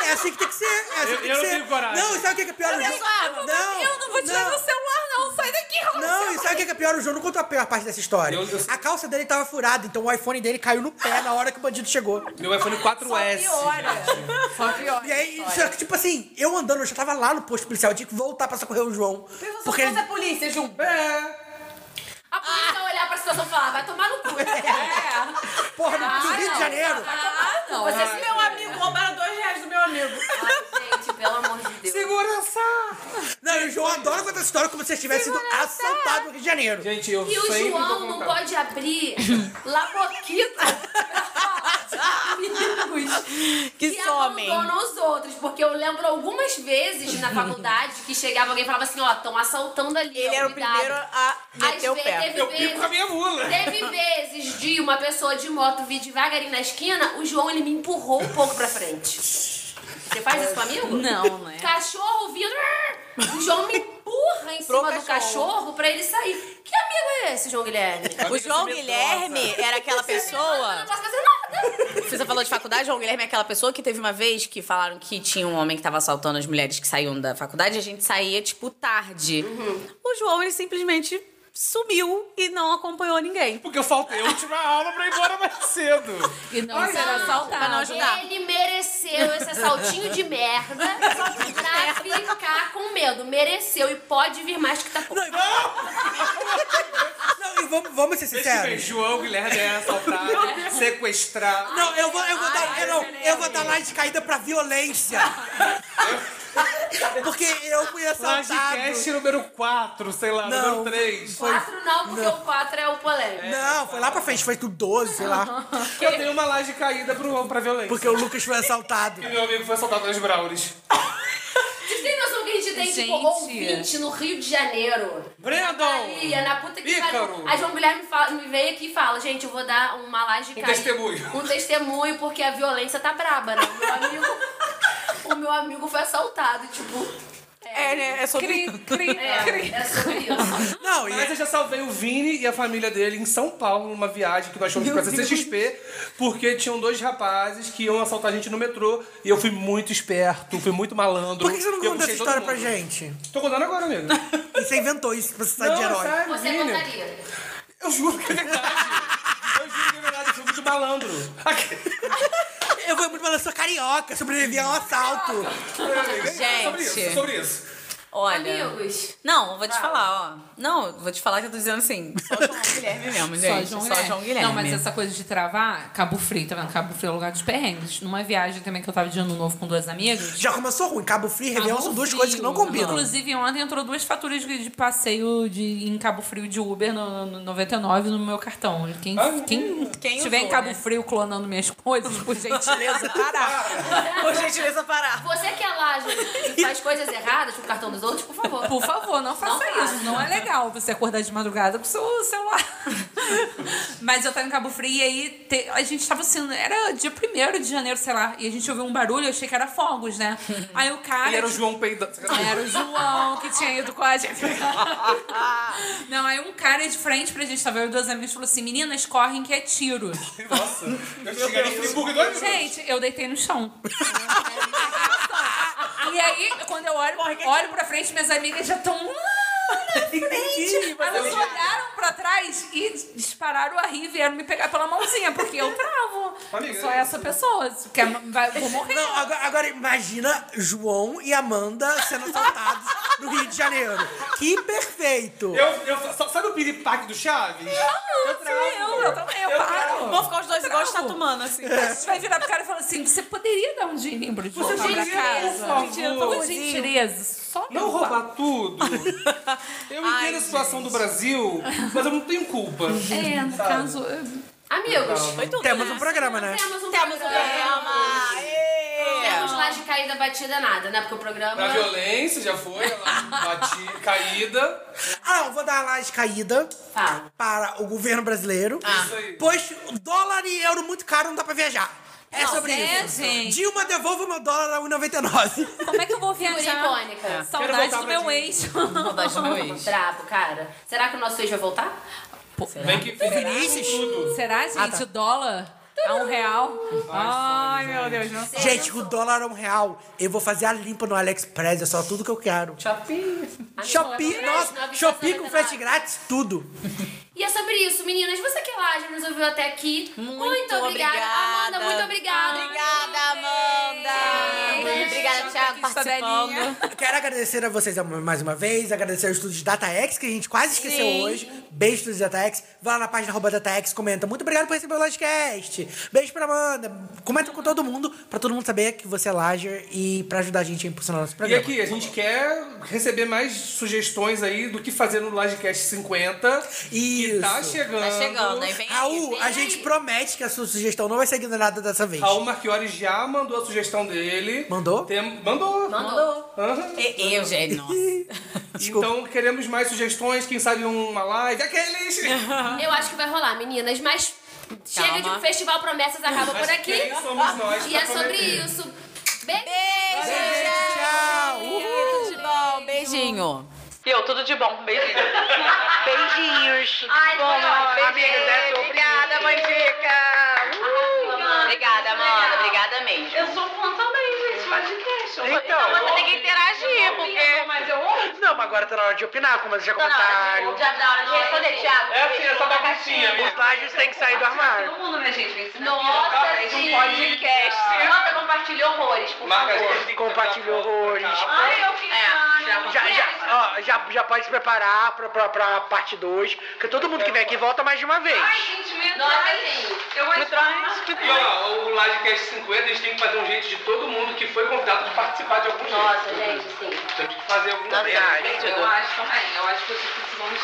É assim que tem que ser. É assim que tem Eu- eu que não ser. tenho coragem. Não, e sabe o que é que é pior? O João- não, eu não vou um tirar meu celular, não. Sai daqui, Rosa. Não, e sabe o que é que é pior? O João não contou a pior parte dessa história. Eu- eu- A calça dele tava furada, então o iPhone dele caiu no pé na hora que o bandido chegou. Meu iPhone 4S. E aí, só que, tipo assim, eu andando, eu já tava lá no posto policial, eu tinha que voltar pra socorrer o João. Porque ele... polícia, Ju. É. A polícia vai olhar pra situação e falar, vai tomar no cu. Porra, no no É. Rio de Janeiro. Ah, não. Você se Meu amigo, roubaram dois reais do meu amigo. Ai, gente, pelo amor de Deus. Segurança! Não, e o João adora contar essa história como se ele tivesse sido assaltado no Rio de Janeiro. Gente, eu E o sempre dou João não contato. pode abrir laboquita amigos que, somem. abandonam os outros. Porque eu lembro algumas vezes na faculdade que chegava alguém e falava assim, ó, estão assaltando ali. Ele ó, era o cuidado." primeiro a Às meter o vezes- pé. teve Eu vezes- pico com a minha mula. Teve vezes de uma pessoa de moto vir devagarinho na esquina, o João ele me empurrou um pouco pra frente. Você faz isso com amigo? Não, né? Cachorro vindo. O João me empurra em cima do cachorro pra ele sair. Que amigo é esse, João Guilherme? O João Guilherme era aquela Eu não pessoa. posso fazer nada. Você falou de faculdade, João Guilherme é aquela pessoa que teve uma vez que falaram que tinha um homem que tava assaltando as mulheres que saíam da faculdade e a gente saía, tipo, tarde. O João, ele simplesmente sumiu e não acompanhou ninguém. Porque eu faltei a última aula pra ir embora mais cedo. E não ser pra não assaltado. ajudar. Ele mereceu esse assaltinho de merda pra ficar com medo. Mereceu e pode vir mais que tá pouco. Não, e vamos, vamos ser Deixa eu ver, sinceros. João Guilherme é assaltar, sequestrar. Não, eu vou, eu vou dar, eu, não, eu vou dar laje de caída pra violência. Porque eu fui assaltado. Lagecast número 4, sei lá, Não. número 3. Quatro não, porque o quatro é o polêmico. Não, foi lá pra frente, foi tudo 12, sei lá. Eu dei uma laje caída pro, pra violência. Porque o Lucas foi assaltado. E meu amigo foi assaltado nas Braulis. Vocês têm noção que a gente tem, tipo, Gente. ouvinte no Rio de Janeiro? Brandon! Maria, na puta que Ícaro! pariu. Aí João Guilherme fala- me veio aqui e fala, gente, eu vou dar uma laje Um caída. testemunho. Um testemunho, porque a violência tá braba, né? O meu amigo, o meu amigo foi assaltado, tipo... É, né? É sobre Cri, cri. É, é sobre isso. Não, e Ah, Mas eu já salvei o Vini e a família dele em São Paulo, numa viagem que nós fomos pra CCXP, porque tinham dois rapazes que iam assaltar a gente no metrô e eu fui muito esperto, fui muito malandro. por que você não e eu contou essa puxei todo história pra mundo. gente? Tô contando agora, amigo. E você inventou isso pra você sair de Não, herói. sério, Você Vini. contaria. Eu juro que é verdade. Eu juro que é verdade, eu fui muito malandro. Eu fui muito falando, sou carioca, sobrevivi a um assalto. Sobre isso, Gente. sobre isso. Olha. Amigos, Não, vou te falar, ó. Não, vou te falar que eu tô dizendo assim. Só João Guilherme mesmo, Só gente. João, Guilherme. Não, mas essa... essa coisa de travar, Cabo Frio, tá vendo? Cabo Frio é o lugar dos perrengues. Numa viagem também que eu tava de ano novo com duas amigas. Já começou ruim. Cabo Frio e Réveillon Cabo são duas Frio. coisas que não combinam. Inclusive, ontem entrou duas faturas de de passeio de, em Cabo Frio de Uber no, no 99 no meu cartão. Quem, quem, Quem tiver usou, em Cabo né? Frio clonando minhas coisas, por gentileza, Parar. Por gentileza, parar. você que é lá, gente, e faz coisas erradas com o cartão dos outros, por favor. por favor, não faça Não isso. Não é legal você acordar de madrugada com o seu celular. Mas eu tava em Cabo Frio e aí te- a gente tava assim, era dia 1 de janeiro, sei lá, e a gente ouviu um barulho, eu achei que era fogos, né? Aí o cara. Ele era um o João Peidão. Era o João que tinha ido com a gente. Não, aí um cara de frente pra gente, tava eu e duas amigas, falou assim: meninas, correm que é tiro. Nossa, eu cheguei em Friburgo em dois minutos. Gente, eu deitei no chão. E aí, quando eu olho, olho pra frente, minhas amigas já estão. Aí elas olharam pra atrás e dispararam a rir e vieram me pegar pela mãozinha, porque eu travo. Amiga, Sou é essa pessoa. Se quer, vai, vou morrer. Não, agora, agora imagina João e Amanda sendo assaltados no Rio de Janeiro. Que perfeito! Eu, eu, sa- sabe o piripaque do Chaves? Não, sou eu, eu também, eu paro. Vão ficar os dois igual Travo. estatumando, assim. A gente Então, vai virar pro cara e falar assim: você poderia dar um dinheirinho pra gente voltar pra poderia, é por casa? favor. Mentira, por gentileza. Só um Não roubar. roubar tudo. Eu entendo a situação do Brasil, mas eu não tenho culpa. É, no Sabe? caso. eu- Amigos, Temos um programa, né? temos um programa. Temos lá de caída batida nada, né? Porque o programa... Na violência, já foi, ela bati, caída. Ah, não, vou dar uma laje caída Fala. para o governo brasileiro. Ah. Isso aí. Pois dólar e euro muito caro, não dá pra viajar. É sobre né, é, isso. gente. Dilma, devolva meu dólar a 1,99. Como é que eu vou Figura viajar? icônica. Saudade do meu ex. Saudade do meu ex. Tá Brabo, cara. Será que o nosso ex vai voltar? É. Vem que vem Vinícius? tudo. Será, gente? O dólar a um real? Ai, um. meu Deus, não sei. Gente, o dólar é um real. Eu vou fazer a limpa no AliExpress, é só tudo que eu quero. Ah, Shopee, é nossa, Shopee com frete grátis, tudo. E é sobre isso, meninas. Você que é lá já nos ouviu até aqui. Muito, obrigada. obrigada. Amanda, muito obrigada. Obrigada, Amanda. Tá Obrigada, Thiago, participando. Quero agradecer a vocês mais uma vez, agradecer aos estúdios DataX, que a gente quase esqueceu hoje. Beijo, estúdios DataX. Vai lá na página arroba DataX, comenta. Muito obrigado por receber o Lodcast. Beijo pra Amanda. Comenta com todo mundo, pra todo mundo saber que você é Lager e pra ajudar a gente a impulsionar nosso E programa. aqui, a gente quer receber mais sugestões aí do que fazer no Livecast 50. Isso. E tá chegando. Tá chegando, aí vem aí. Raul, vem a aí. gente promete que a sua sugestão não vai ser ignorada dessa vez. Raul Marchiori já mandou a sugestão dele. Mandou? Tem- mandou. Mandou. Aham. E- Eu, gente, nossa. Desculpa. Então queremos mais sugestões, quem sabe uma live. Aqueles! Eu acho que vai rolar, meninas, mas chega de um festival Promessas acaba por aqui. Quem somos nós? E pra é sobre prometer? isso. Beijo. Tchau! Tudo de bom, beijinho. Então, você tem que interagir, porque. Mas eu Não, mas agora tá na hora de opinar, como já comentaram. Já dá hora de responder, Thiago. É assim, essa baguncinha mesmo. Os lajes têm que sair do armário. Nossa, gente. um podcast. Nossa, compartilha horrores, por Marca tá a favor. Ah, gente. Compartilha horrores. Ai, eu fiz. É, Já, já, ó, já, já pode se preparar pra, pra, pra parte 2, porque todo mundo que vem aqui volta mais de uma vez. Nossa, sim. tá. Tipo, E ó, o Livecast 50 a gente tem que fazer um jeito de todo mundo que foi convidado de participar de algum jeito. Nossa, gente, sim. Tem que fazer algum jeito. Tudo que você vai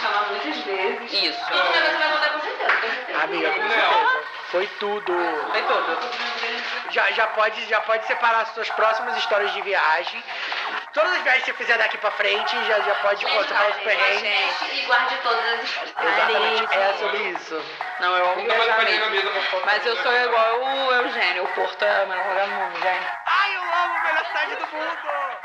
contar com certeza. Amiga, com Não. certeza. Foi tudo. Foi tudo. Já, já, pode, já pode separar as suas próximas histórias de viagem. Todas as viagens que você fizer daqui pra frente, já, já pode separar os perrengues. Gente, e guarde todas as Exatamente, é sobre isso. Não, eu amo Nunca mais vai na mesa pra foto. Mas eu sou igual o Eugênio, o Porto é a melhor lugar do mundo, gente. Ai, eu amo a melhor cidade do mundo! é